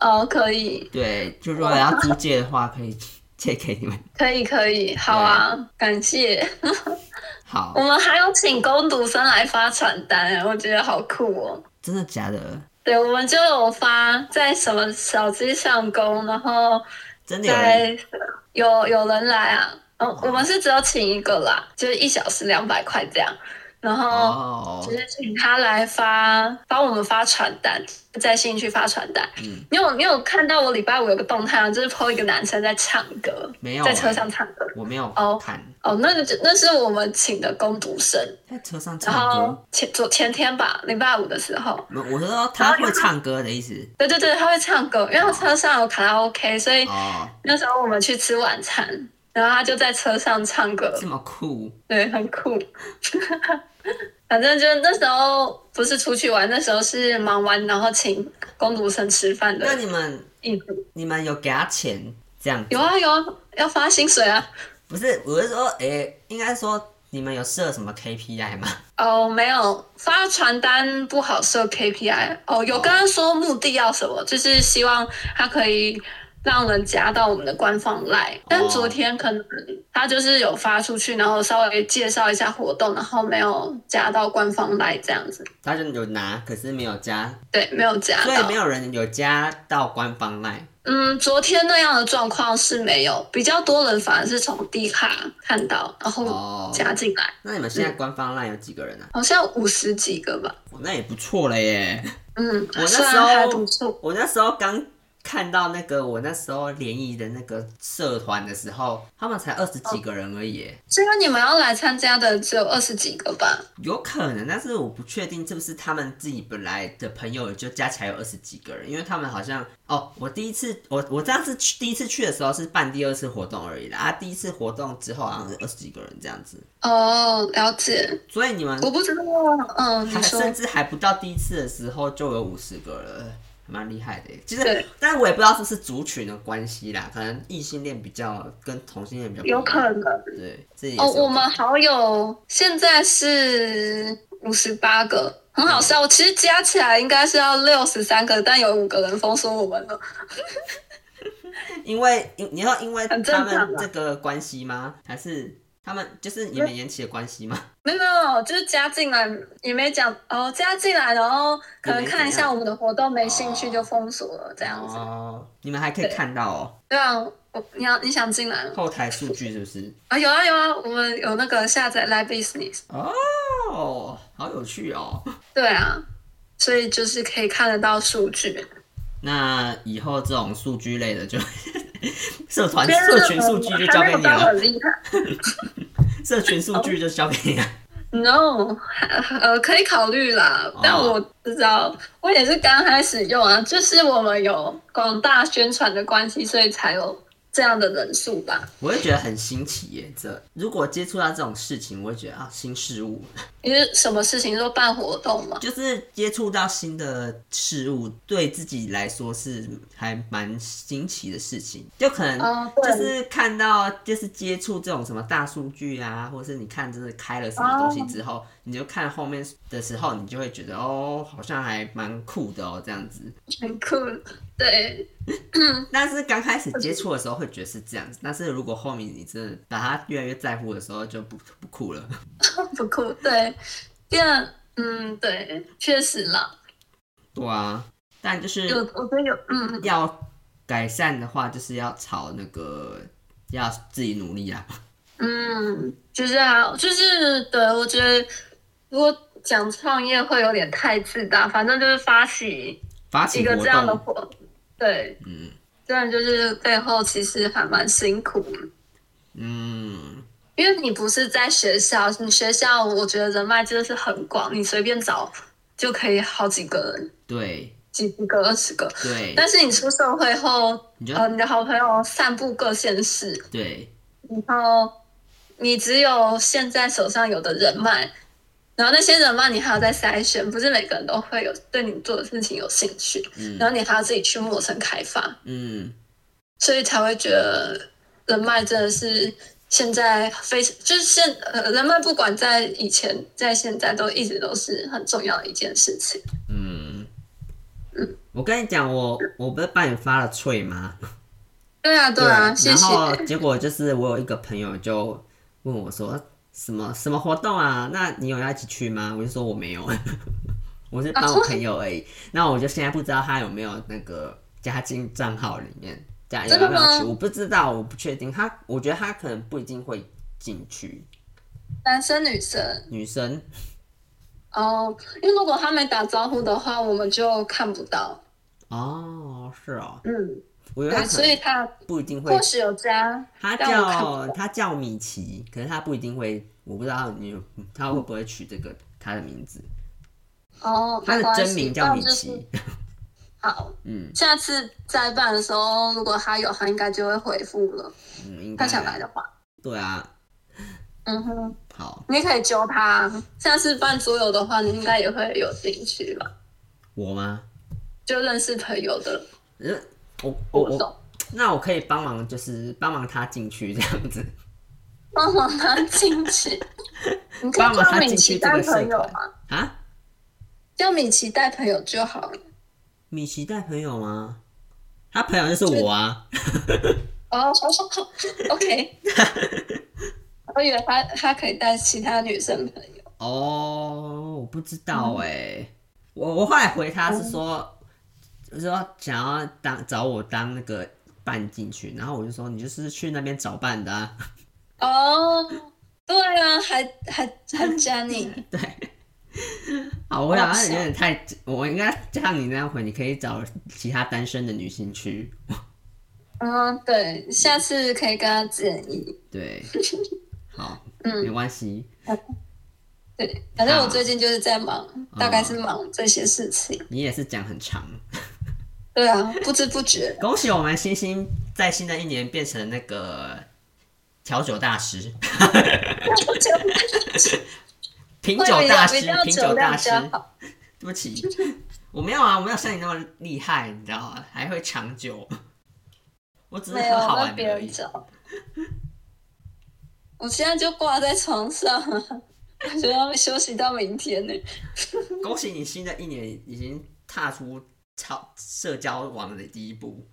B: 哦，可以，
A: 对，就如果要租借的话，可以借给你们。
B: 可以，可以，好
A: 嗯
B: 啊，感谢。
A: 好
B: 我，们还有请攻读生来发传单，我觉得好酷哦。
A: 真的假的？
B: 对，我们就有发在什么小鸡上工，然后
A: 真的有人
B: 在有有人来啊，嗯，我们是只有请一个啦，就是一小时两百块这样，然后
A: 哦
B: 只，是请他来发帮我们发传单，在兴趣发传单。
A: 嗯，
B: 你有你有看到我礼拜五有个动态啊，就是 PO 一个男生在唱歌，
A: 没有
B: 在
A: 欸
B: 车上唱歌。
A: 我没有
B: 哦
A: 看，
B: 哦，那个那是我们请的攻读生，
A: 在车上
B: 然
A: 唱歌。
B: 后前昨前天吧，礼拜五的时候，
A: 没有我是说他会唱歌的意思
B: 对对对，他会唱歌，因为他车上有卡拉 OK，所以
A: 哦，
B: 那时候我们去吃晚餐，然后他就在车上唱歌
A: 这，么酷
B: 对，很酷。 反正就那时候不是出去玩，那时候是忙完然后请工读生吃饭
A: 那
B: 的
A: 你们
B: 义务。
A: 你们有给他钱这样子？
B: 有啊有啊，要发薪水啊。
A: 不是，我是说，诶、应该说你们有设什么 KPI 吗？
B: 哦，没有发传单不好设 KPI。哦，有跟他说目的要什么，就是希望他可以让人加到我们的官方
A: 哦
B: line。但昨天可能他就是有发出去，然后稍微介绍一下活动，然后没有加到官方 line 这样子。
A: 他就有拿，可是没有加，
B: 对，没有加
A: 所以
B: 到
A: 没。有人有加到官方 line。
B: 嗯，昨天那样的状况是没有，比较多人反而是从 D 卡看到，然后
A: 哦，
B: 加进来，
A: 那你们现在官方 line 有几个人啊？
B: 好像五十几个吧。
A: 哦那也不错了耶。
B: 嗯，
A: 那
B: 虽
A: 时
B: 然
A: 候
B: 还不错。
A: 我那时候刚看到那个我那时候联谊的那个社团的时候，他们才二十几个人而已耶。
B: 这个你们要来参加的只有二十几个吧？
A: 有可能，但是我不确定是不是他们自己本来的朋友就加起来有二十几个人，因为他们好像哦，我第一次我我上次去第一次去的时候是办第二次活动而已啦，啊，第一次活动之后好像是二十几个人这样子，
B: 哦，了解，
A: 所以你们
B: 我不知道。
A: 嗯
B: 嗯，
A: 还
B: 你说
A: 甚至还不到第一次的时候就有五十个了， 蛮厉害的耶。就是
B: 对，
A: 但我也不知道是不是族群的关系啦，可能异性恋比较跟同性恋比较不一样
B: 有可能
A: 对，这也是
B: 哦。
A: 有可能
B: 我们好友现在是五十八个，很
A: 嗯
B: 好笑。其实加起来应该是要六十三个，但有五个人封锁我们了。
A: 因为因你要因为
B: 很
A: 他
B: 正常啊
A: 们这个关系吗？还是他们就是你们延期的关系吗？
B: 没有没有，就是加进来也没讲哦，加进来，然后可能看一下我们的活动没兴趣就封锁了，这样子。
A: 哦，你们还可以看到哦，
B: 对啊，我你要你想进来吗？
A: 后台数据是不是？
B: 啊，有啊有啊，我们有那个下载 Live Business。
A: 哦，好有趣哦。
B: 对啊，所以就是可以看得到数据。
A: 那以后这种数据类的就 社团
B: 天啊
A: 社群数据就交给你
B: 还没有到
A: 了，
B: 很厉害。
A: 社群数据就交给你了。
B: No，呃，可以考虑啦，
A: 哦
B: 但我不知道，我也是刚开始用啊，就是我们有广大宣传的关系，所以才有这样的人数吧。
A: 我会觉得很新奇耶。这如果接触到这种事情，我会觉得啊，新事物，
B: 因为什么事情都办活动嘛，
A: 就是接触到新的事物，对自己来说是还蛮新奇的事情。就可能
B: 哦对
A: 就是看到，就是接触这种什么大数据啊，或是你看真的开了什么东西之后，你就看后面的时候，你就会觉得哦，好像还蛮酷的哦，这样子。
B: 很酷。对，
A: 但是刚开始接触的时候会觉得是这样子，但是如果后面你真的把它越来越在乎的时候，就不不酷了。
B: 不酷。对，第二，嗯，对，确实啦，
A: 对啊，但就是
B: 有，我觉得有，嗯，
A: 要改善的话，就是要朝那个要自己努力啊。
B: 嗯，就是啊，就是对，我觉得如果讲创业会有点太自大，反正就是发起
A: 发
B: 一
A: 起活
B: 个这样的
A: 动，
B: 活，对，
A: 嗯
B: 真的就是背后其实还蛮辛苦的，
A: 嗯，
B: 因为你不是在学校，你学校我觉得人脉真的是很广，你随便找就可以好几个人，
A: 对
B: 几十个、二十个，
A: 对，
B: 但是你出社会后，
A: 你就
B: 呃，你的好朋友散布各县市，
A: 对
B: 然后你只有现在手上有的人脉，然后那些人脉你还要再筛选，不是每个人都会有对你做的事情有兴趣，
A: 嗯
B: 然后你还要自己去陌生开发，
A: 嗯，
B: 所以才会觉得人脉真的是现在非常就是现呃人脉不管在以前在现在都一直都是很重要的一件事情。
A: 嗯。我跟你讲，我我不是帮你发了脆吗？
B: 对啊，对啊，谢
A: 然
B: 谢。
A: 后结果就是我有一个朋友就问我说什么什么活动啊？那你有要一起去吗？我就说我没有， 我是帮我朋友而已。那我就现在不知道他有没有那个加进账号里面，加有
B: 真的
A: 没有
B: 吗
A: 去？我不知道，我不确定。他我觉得他可能不一定会进去。
B: 男生女生
A: 女生
B: 哦，因为如果他没打招呼的话，我们就看不到。
A: 哦，是哦，
B: 嗯，
A: 我觉得他
B: 对，
A: 可
B: 所
A: 能
B: 以他
A: 不一定会
B: 或。许有加，
A: 他
B: 但我看不
A: 叫他叫米奇，可是他不一定会，我不知道你有他会不会取这个他的名字。
B: 哦，
A: 他
B: 没
A: 的
B: 关
A: 真
B: 系
A: 名叫米。
B: 那我就是
A: 奇。
B: 好，
A: 嗯
B: 下次再办的时候，如果他有，他应该就会回复了。
A: 嗯，应该
B: 他想来的话，
A: 对啊，
B: 嗯哼，
A: 好，
B: 你可以揪他。下次办桌游的话，你应该也会有兴趣吧？
A: 我吗？
B: 就认识朋友的
A: 呃，我我
B: 活
A: 我，
B: 动，
A: 那我可以帮忙，就是帮忙他进去这样子。
B: 帮忙他进去。你可
A: 帮
B: 以
A: 忙
B: 叫
A: 他
B: 米
A: 进
B: 奇
A: 去这
B: 带
A: 个社
B: 朋友
A: 团
B: 嘛，
A: 啊？
B: 叫米奇带朋友就好了。
A: 米奇带朋友吗？他朋友就是我啊。
B: 哦 ，OK，我以为他他可以带其他女生朋友。
A: 哦，我不知道
B: 嗯
A: 哎、我我后来回他是说，就说想要当找我当那个伴进去，然后我就说你就是去那边找伴的、啊，
B: 哦，对啊，还还还加你，
A: 对。好，我想
B: 好
A: 他有
B: 笑
A: 点太，我应该像你那样回，你可以找其他单身的女性去。
B: 嗯，对，下次可以跟他建议。
A: 对，好，
B: 嗯
A: 没关系，
B: 对，反正我最近就是在忙，
A: 嗯
B: 大概是忙这些事情。
A: 你也是讲很长。
B: 对啊，不知不 觉，
A: 恭喜我们星星在新的一年变成那个调酒大师、品酒
B: 会比
A: 大
B: 较
A: 师
B: 比、较
A: 品酒
B: 量
A: 大
B: 比
A: 师。
B: 较好。
A: 对不起，我没有啊，我没有像你那么厉害，你知道吗？还会长久。 我只是
B: 没有，
A: 很好
B: 那
A: 玩
B: 别
A: 的而
B: 人
A: 已。
B: 找。我现在就挂在床上， 我觉得要休息到明天呢。
A: 恭喜你新的一年已经踏出超社交网的第一 步，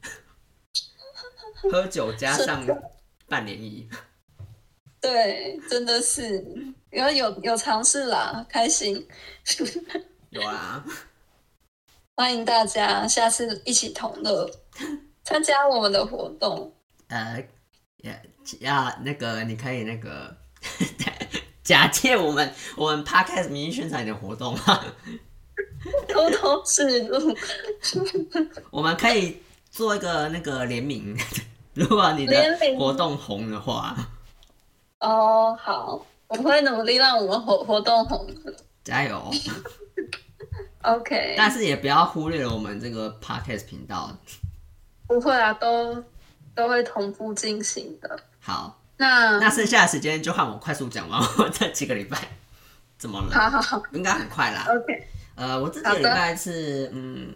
A: 喝酒加上办联谊。
B: 对，真的是，然后有有尝试啦，开心。
A: 有啊，
B: 欢迎大家下次一起同乐，参加我们的活动。
A: 呃，也要那个，你可以那个 假借我们我们 podcast 名义宣传你的活动啊吗？
B: 偷偷自录，
A: 我们可以做一个那个联名， 如果你的
B: 联名
A: 活动红的话，
B: 哦，好，我会努力让我们活活动红。
A: 加 油！
B: OK，
A: 但是也不要忽略了我们这个 podcast 频道。
B: 不会啊，都都会同步进行的。
A: 好，
B: 那
A: 那剩下的时间就换我快速讲完我这几个礼拜怎么了，
B: 好好好
A: 应该很快啦。
B: ，OK，
A: 呃，我这几个礼拜是嗯，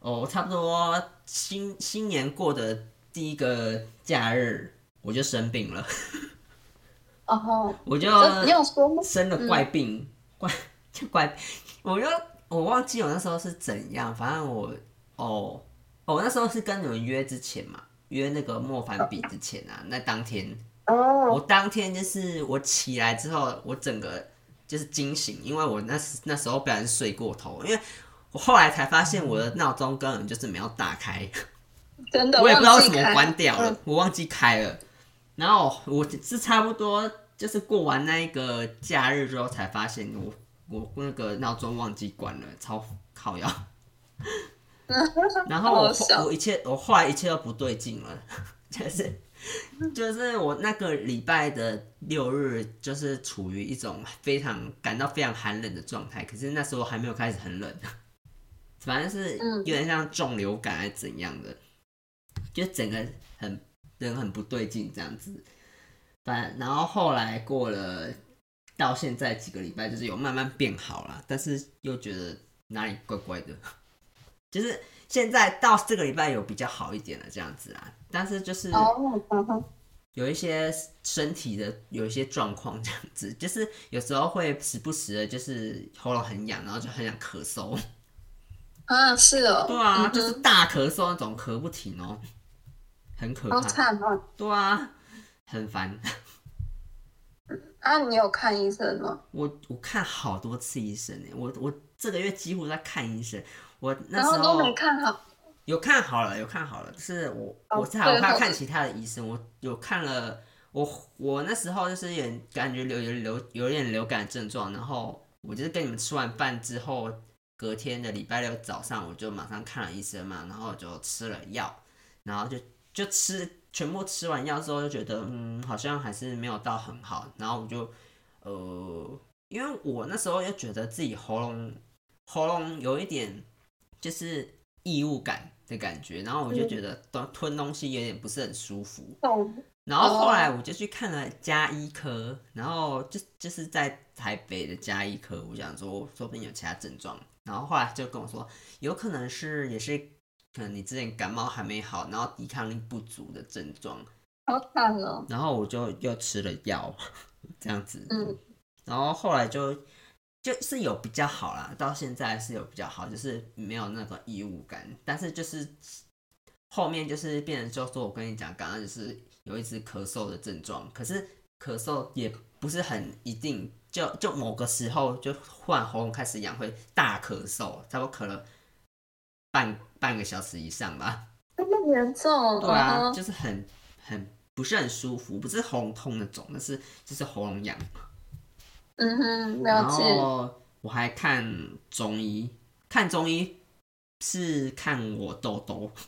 A: 哦，差不多新新年过的第一个假日，我就生病了，
B: 然后
A: 我就
B: 就哦你有嗯说吗？
A: 生了怪病，怪怪，我就我忘记我那时候是怎样，反正我哦哦，我那时候是跟你们约之前嘛，约那个莫凡比之前啊，那当天我
B: 哦，
A: 当天就是我起来之后，我整个就是惊醒，因为我那时那时候不然睡过头，因为我后来才发现我的闹钟根本就是没有打开，
B: 真的，
A: 我也不知道为什
B: 忘记
A: 么
B: 开
A: 关掉了，
B: 嗯
A: 我忘记开了。然后我是差不多就是过完那一个假日之后才发现我我那个闹钟忘记关了，超靠 腰。然后
B: 好
A: 我
B: 好笑
A: 我一切我后来一切都不对劲了， 就是就是我那个礼拜的六日就是处于一种非常感到非常寒冷的状态，可是那时候还没有开始很冷， 反正是
B: 嗯
A: 有点像重流感还是怎样的，就整个很人很不对劲这样子。反然后后来过了到现在几个礼拜，就是有慢慢变好了，但是又觉得哪里怪怪的， 就是现在到这个礼拜有比较好一点了这样子啊，但是就是
B: 哦，嗯哼
A: 有一些身体的有一些状况这样子，就是有时候会时不时的，就是喉咙很痒，然后就很想咳嗽。
B: 啊，是哦，
A: 对啊，
B: 嗯
A: 就是大咳嗽那种，咳不停哦，很可
B: 好
A: 怕。
B: 惨哦。
A: 对啊，很烦。
B: 啊，你有看医生吗？
A: 我我看好多次医生呢，我我这个月几乎在看医生。我那
B: 然
A: 时
B: 后
A: 候
B: 都没看好。
A: 有看好了，有看好了，就是我
B: 哦
A: 我是还有
B: 最后
A: 怕
B: 的
A: 看其他的医生，我有看了，我我那时候就是有点感觉流有流有点流感症状，然后我就是跟你们吃完饭之后，隔天的礼拜六早上我就马上看了医生嘛，然后就吃了药，然后就就吃全部吃完药之后就觉得嗯好像还是没有到很好，然后我就呃，因为我那时候又觉得自己喉咙喉咙有一点就是异物感的感觉，然后我就觉得吞吞东西有点不是很舒服，
B: 哦，
A: 然后后来我就去看了加医科，然后就就是在台北的加医科，我想说说不定有其他症状，然后后来就跟我说，有可能是也是可能你之前感冒还没好，然后抵抗力不足的症状，
B: 好惨哦。
A: 然后我就又吃了药， 这样子，
B: 嗯，
A: 然后后来就就是有比较好啦，到现在是有比较好，就是没有那个异物感，但是就是后面就是变成就说我跟你讲，刚刚就是有一只咳嗽的症状，可是咳嗽也不是很一定，就就某个时候就忽然喉咙开始痒，会大咳嗽，差不多咳了半半个小时以上吧。
B: 这么严重？
A: 对啊，
B: 嗯哼
A: 就是很很不是很舒服，不是喉咙痛那种，但是就是喉咙痒。
B: 嗯哼，
A: 然
B: 了解。
A: 后我还看中医，看中医是看我痘痘。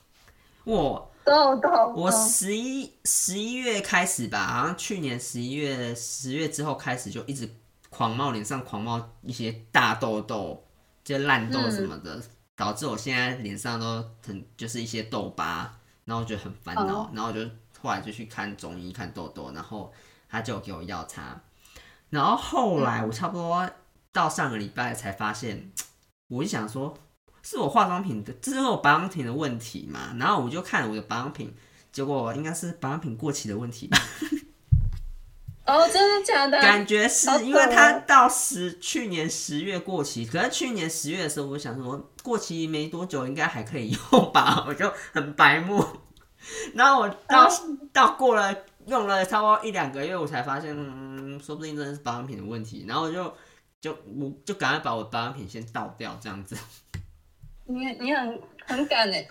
A: 我
B: 豆豆，
A: 我
B: 嗯
A: 十一十一月开始吧，好像去年十一月十月之后开始就一直狂冒，脸上狂冒一些大痘痘，就烂
B: 嗯
A: 痘什么的，导致我现在脸上都很就是一些痘疤，然后我觉得很烦恼，然后我就后来就去看中医看痘痘，然后他就给我药擦，然后后来我差不多到上个礼拜才发现，我就想说是我化妆品的，这是我保养品的问题嘛，然后我就看我的保养品，结果应该是保养品过期的问题吧。
B: 哦，真的假的？
A: 感觉是
B: 好扯哦
A: 因为它到十去年十月过期，可是去年十月的时候，我想说过期没多久应该还可以用吧， 我就很白目。然后我到、
B: 啊
A: 到过了用了差不多一两个月，我才发现，嗯，说不定真的是保养品的问题。然后我就就我就赶快把我的保养品先倒掉，这样子。
B: 你你很很敢哎。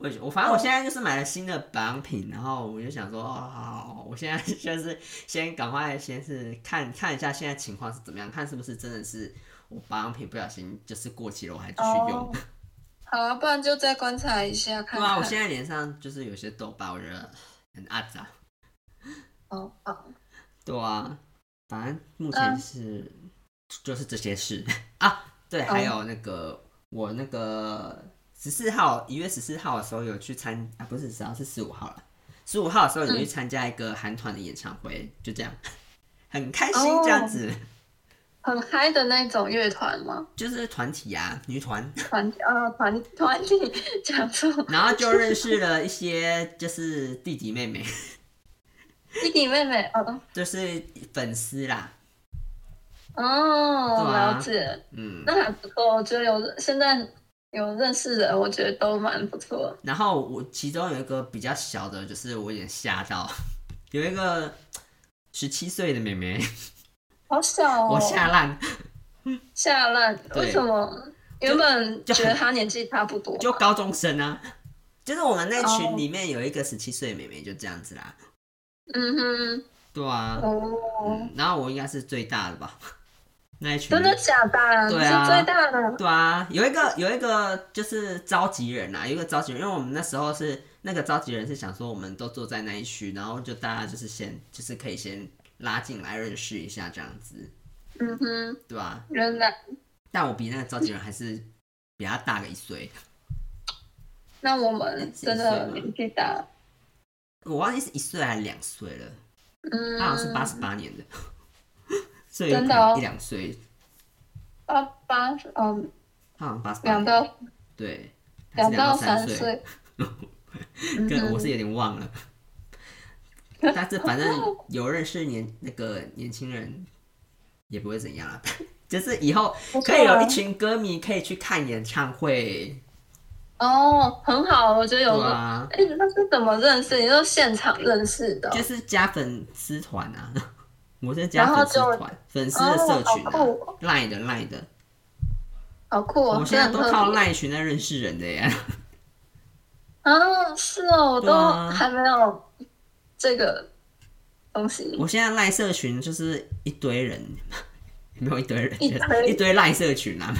A: 我我反正
B: 哦
A: 我现在就是买了新的保养品，然后我就想说，哦，好好，好我现在 就是先赶快先是看看一下现在情况是怎么样，看是不是真的是我保养品不小心就是过期了，我还继续用。
B: 哦好啊，不然就再观察一下
A: 对
B: 看
A: 啊，我
B: 看。
A: 现在脸上就是有些痘疤，我觉得很阿杂。
B: 哦，好，
A: 对啊，反正目前是、就是这些事啊。对，还有那个、我那个十四号一月十四号的时候有去参啊，不是十号是十五号了，十五号的时候有去参加一个韩团的演唱会，就这样， 很开心
B: 哦
A: 这样子，
B: 很嗨的那种乐团吗？
A: 就是团体啊，女团。
B: 团呃团团体讲错，
A: 然后就认识了一些就是弟弟妹 妹，
B: 弟弟妹妹哦
A: 就是粉丝啦，
B: 哦，
A: 对啊
B: 了解，
A: 嗯。
B: 那还不错，我觉得有现在有认识人，我觉得都蛮不错的。
A: 然后我其中有一个比较小的，就是我有点吓到， 有一个十七岁的妹妹，
B: 好小哦，
A: 我吓烂，
B: 下烂，
A: 对
B: 为什么？原本
A: 就
B: 觉得他年纪差不多，
A: 就高中生啊。就是我们那
B: 哦
A: 群里面有一个十七岁的妹妹，就这样子啦。
B: 嗯
A: 对
B: 哼，
A: 啊，
B: 哦，
A: 嗯然后我应该是最大的吧，那一群
B: 真的假的？
A: 对
B: 你
A: 啊
B: 是最大 的，
A: 对啊，有一个有一个就是召集人啊，有一个召集人，因为我们那时候是那个召集人是想说我们都坐在那一区，然后就大家就是先就是可以先拉进来认识一下这样子，
B: 嗯哼，
A: 对吧、
B: 原来
A: 但我比那个召集人还是比他大个一岁，
B: 那我们嗯真的年纪大，
A: 我忘记是一岁还是两岁了，
B: 嗯，
A: 他好像是八十八年的， 所以
B: 真的哦
A: 一两岁，
B: 八八嗯
A: 他好像八十八
B: 两，到
A: 对，还是
B: 两
A: 两
B: 到
A: 到三
B: 三
A: 岁，
B: 岁，
A: 跟
B: 嗯
A: 我是有点忘了，但是反正有认识年那个年轻人也不会怎样啊， 就是以后
B: 不错
A: 可
B: 啊
A: 以有一群歌迷可以去看演唱会，
B: 哦，很好，我觉得有
A: 对
B: 个。
A: 啊，
B: 哎，那是怎么认识？你说现场认识的哦，
A: 就是加粉丝团啊， 我是加粉丝
B: 然后
A: 团，粉丝的社群啊
B: 哦好酷哦
A: 赖的赖的，
B: 好酷
A: 我
B: 哦！
A: 们现在
B: 真的
A: 都
B: 很
A: 靠
B: 特别
A: 赖群在认识人的呀，
B: 啊，是哦，我
A: 对
B: 都
A: 啊
B: 还没有这个东西。
A: 我现在赖社群就是一堆人， 没有一堆人，
B: 一堆
A: 一堆赖社群啊。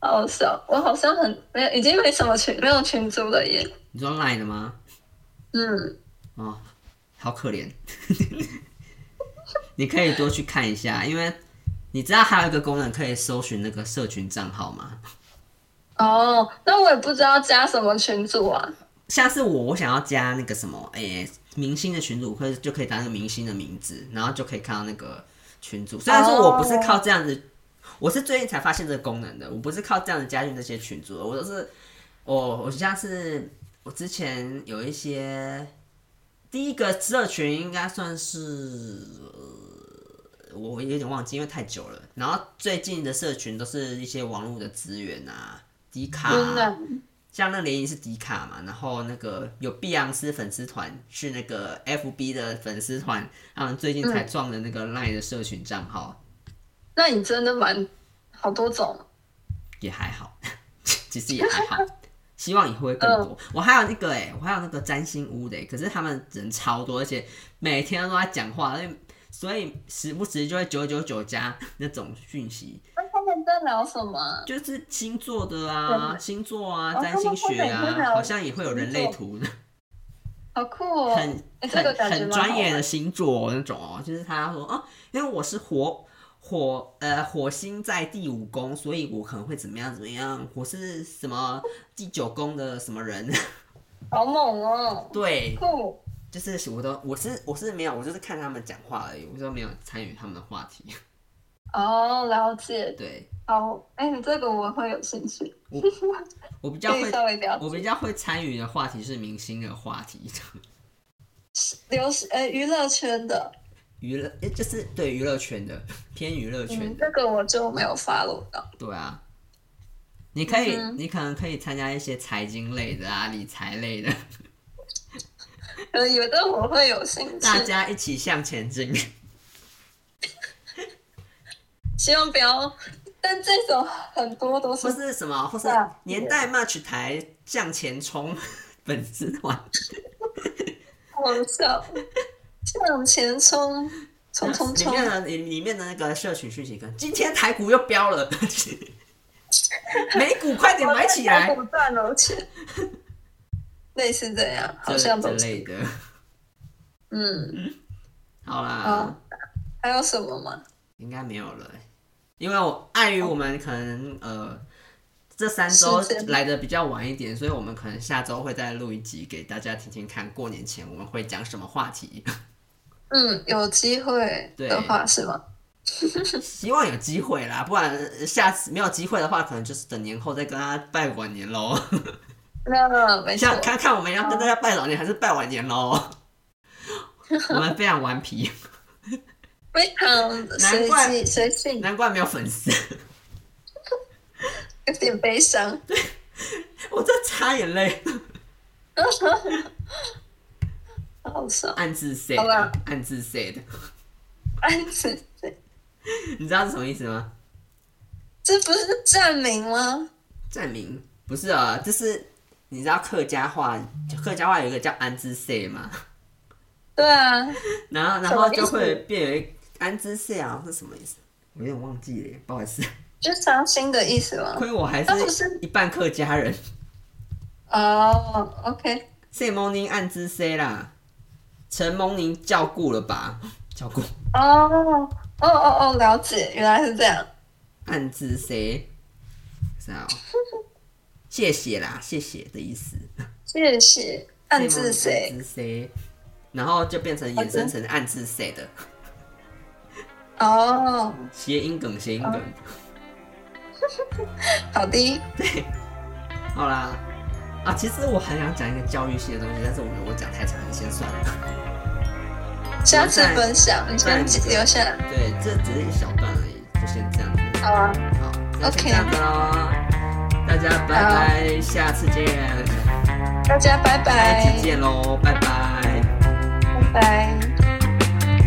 B: 好笑，我好像很没有，已经没什么群，没有群主了耶。
A: 你说赖的吗？
B: 嗯，
A: 哦，好可怜。 你可以多去看一下，因为你知道还有一个功能可以搜寻那个社群账号吗？
B: 哦，那我也不知道加什么群主啊。
A: 像是我，我想要加那个什么，诶、明星的群主，可以就可以打那个明星的名字，然后就可以看到那个群主。虽然说我不是靠这样子我是最近才发现这个功能的，我不是靠这样子加进这些群组的，我都是我我像是我之前有一些第一个社群应该算是。呃我有点忘记，因为太久了。然后最近的社群都是一些网络的资源啊，迪卡、
B: 真的
A: 啊，像那联谊是迪卡嘛，然后那个有碧昂斯粉丝团是那个 FB 的粉丝团，他们最近
B: 嗯
A: 才撞的那个 LINE 的社群账号，
B: 那你真的蛮好多种
A: 也还好， 其实也还好。希望以后会更
B: 嗯
A: 多。我还有那个哎、我还有那个占星屋的、欸，可是他们人超多，而且每天都在讲话，所以所以时不时就会九九九加那种讯息，
B: 那他们在聊什么啊？
A: 就是星座的啊，星座啊，
B: 哦
A: 占星学
B: 他们会每天
A: 啊，
B: 聊
A: 好像也会有人类图的，
B: 好酷哦！
A: 很
B: 哎这个
A: 很
B: 感觉
A: 很
B: 蛮
A: 专业
B: 好
A: 的
B: 玩
A: 星座那种哦，就是他说哦，因为我是火火呃火星在第五宫，所以我可能会怎么样怎么样，我是什么第九宫的什么人，
B: 好猛哦！
A: 对，
B: 酷，
A: 就是我都我是我是没有，我就是看他们讲话而已，我就没有参与他们的话题，
B: 哦，了解。
A: 对
B: 好，哎，你这个我会有兴趣，
A: 我比较
B: 可以
A: 会。
B: 稍微了
A: 我比
B: 解。
A: 较会参与的话题是明星的话题，
B: 流行呃娱乐圈的，
A: 娱乐诶就是对娱乐圈的偏娱乐圈
B: 嗯，
A: 的，
B: 这个我就没有 follow 到。
A: 对啊，你可以，
B: 嗯哼
A: 你可能可以参加一些财经类的啊，理财类的，
B: 呃，有的我会有兴趣
A: 大，家一起向前进。
B: 希望不要。但这种很多都
A: 或
B: 是
A: 是什么，或是
B: 对啊
A: 年代 match 台向前冲 粉丝团，
B: 往上向前冲，冲冲
A: 里
B: 冲！
A: 面的里里面的那个社群讯息跟今天台股又飙了， 美股快点买起来，
B: 我赚了钱，类似这 样，好
A: 这
B: 像
A: 这
B: 都是
A: 类的。
B: 嗯，
A: 好啦，
B: 好还有什么吗？
A: 应该没有了欸，因为我碍于我们可能呃这三周
B: 时间
A: 来的比较晚一点，所以我们可能下周会再录一集给大家听听看，过年前我们会讲什么话题。
B: 嗯，有机会的话是吗？
A: 希望有机会啦，不然下次没有机会的话，可能就是等年后再跟他拜晚年喽。
B: 那没错
A: 像，看看我们要跟大家拜早年还是拜晚年 喽？我们非常顽皮，
B: 非常随
A: 难怪
B: 机随性，
A: 难怪没有粉丝。
B: 有点悲伤。
A: 我在擦眼泪，
B: 好笑，
A: 暗自 sad，
B: 好吧
A: 暗自 sad。
B: 安子，
A: 你知道是什么意思吗？
B: 这不是站名吗？
A: 站名不是啊，就是你知道客家话，客家话有一个叫安之 C 嘛，
B: 对啊，
A: 然后然
B: 什
A: 后
B: 么意思
A: 就会变有一安之 C 啊，是什么意思？我有点忘记了耶，不好意思，
B: 就是伤心的意思吗？
A: 亏我还
B: 那不是
A: 是一半客家人。
B: 哦，OK，
A: 谢蒙宁暗之 C 啦，陈蒙宁照顾了吧？照顾
B: 哦，哦哦哦，了解，原来是这样。
A: 暗之 C，是啊、谢谢啦，谢谢的意思。
B: 谢谢，暗自谁？
A: 暗之 C，然后就变成衍生成暗之 C 的。
B: 哦，
A: 谐音梗，谐音梗。
B: 好的，
A: 好啦，啊，其实我很想讲一个教育性的东西，但是我我讲太长了，先算了。
B: 下次分享，你先记留下来。
A: 对，这只是一小段而已，就先这样子。
B: 好啊，
A: 好，那先
B: OK
A: 这样子喽，大家拜拜，下次见，
B: 大家拜
A: 下
B: 拜
A: 期，见喽，拜拜。
B: 拜拜。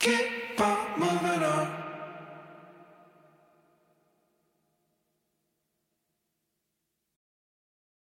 C: Keep on moving on.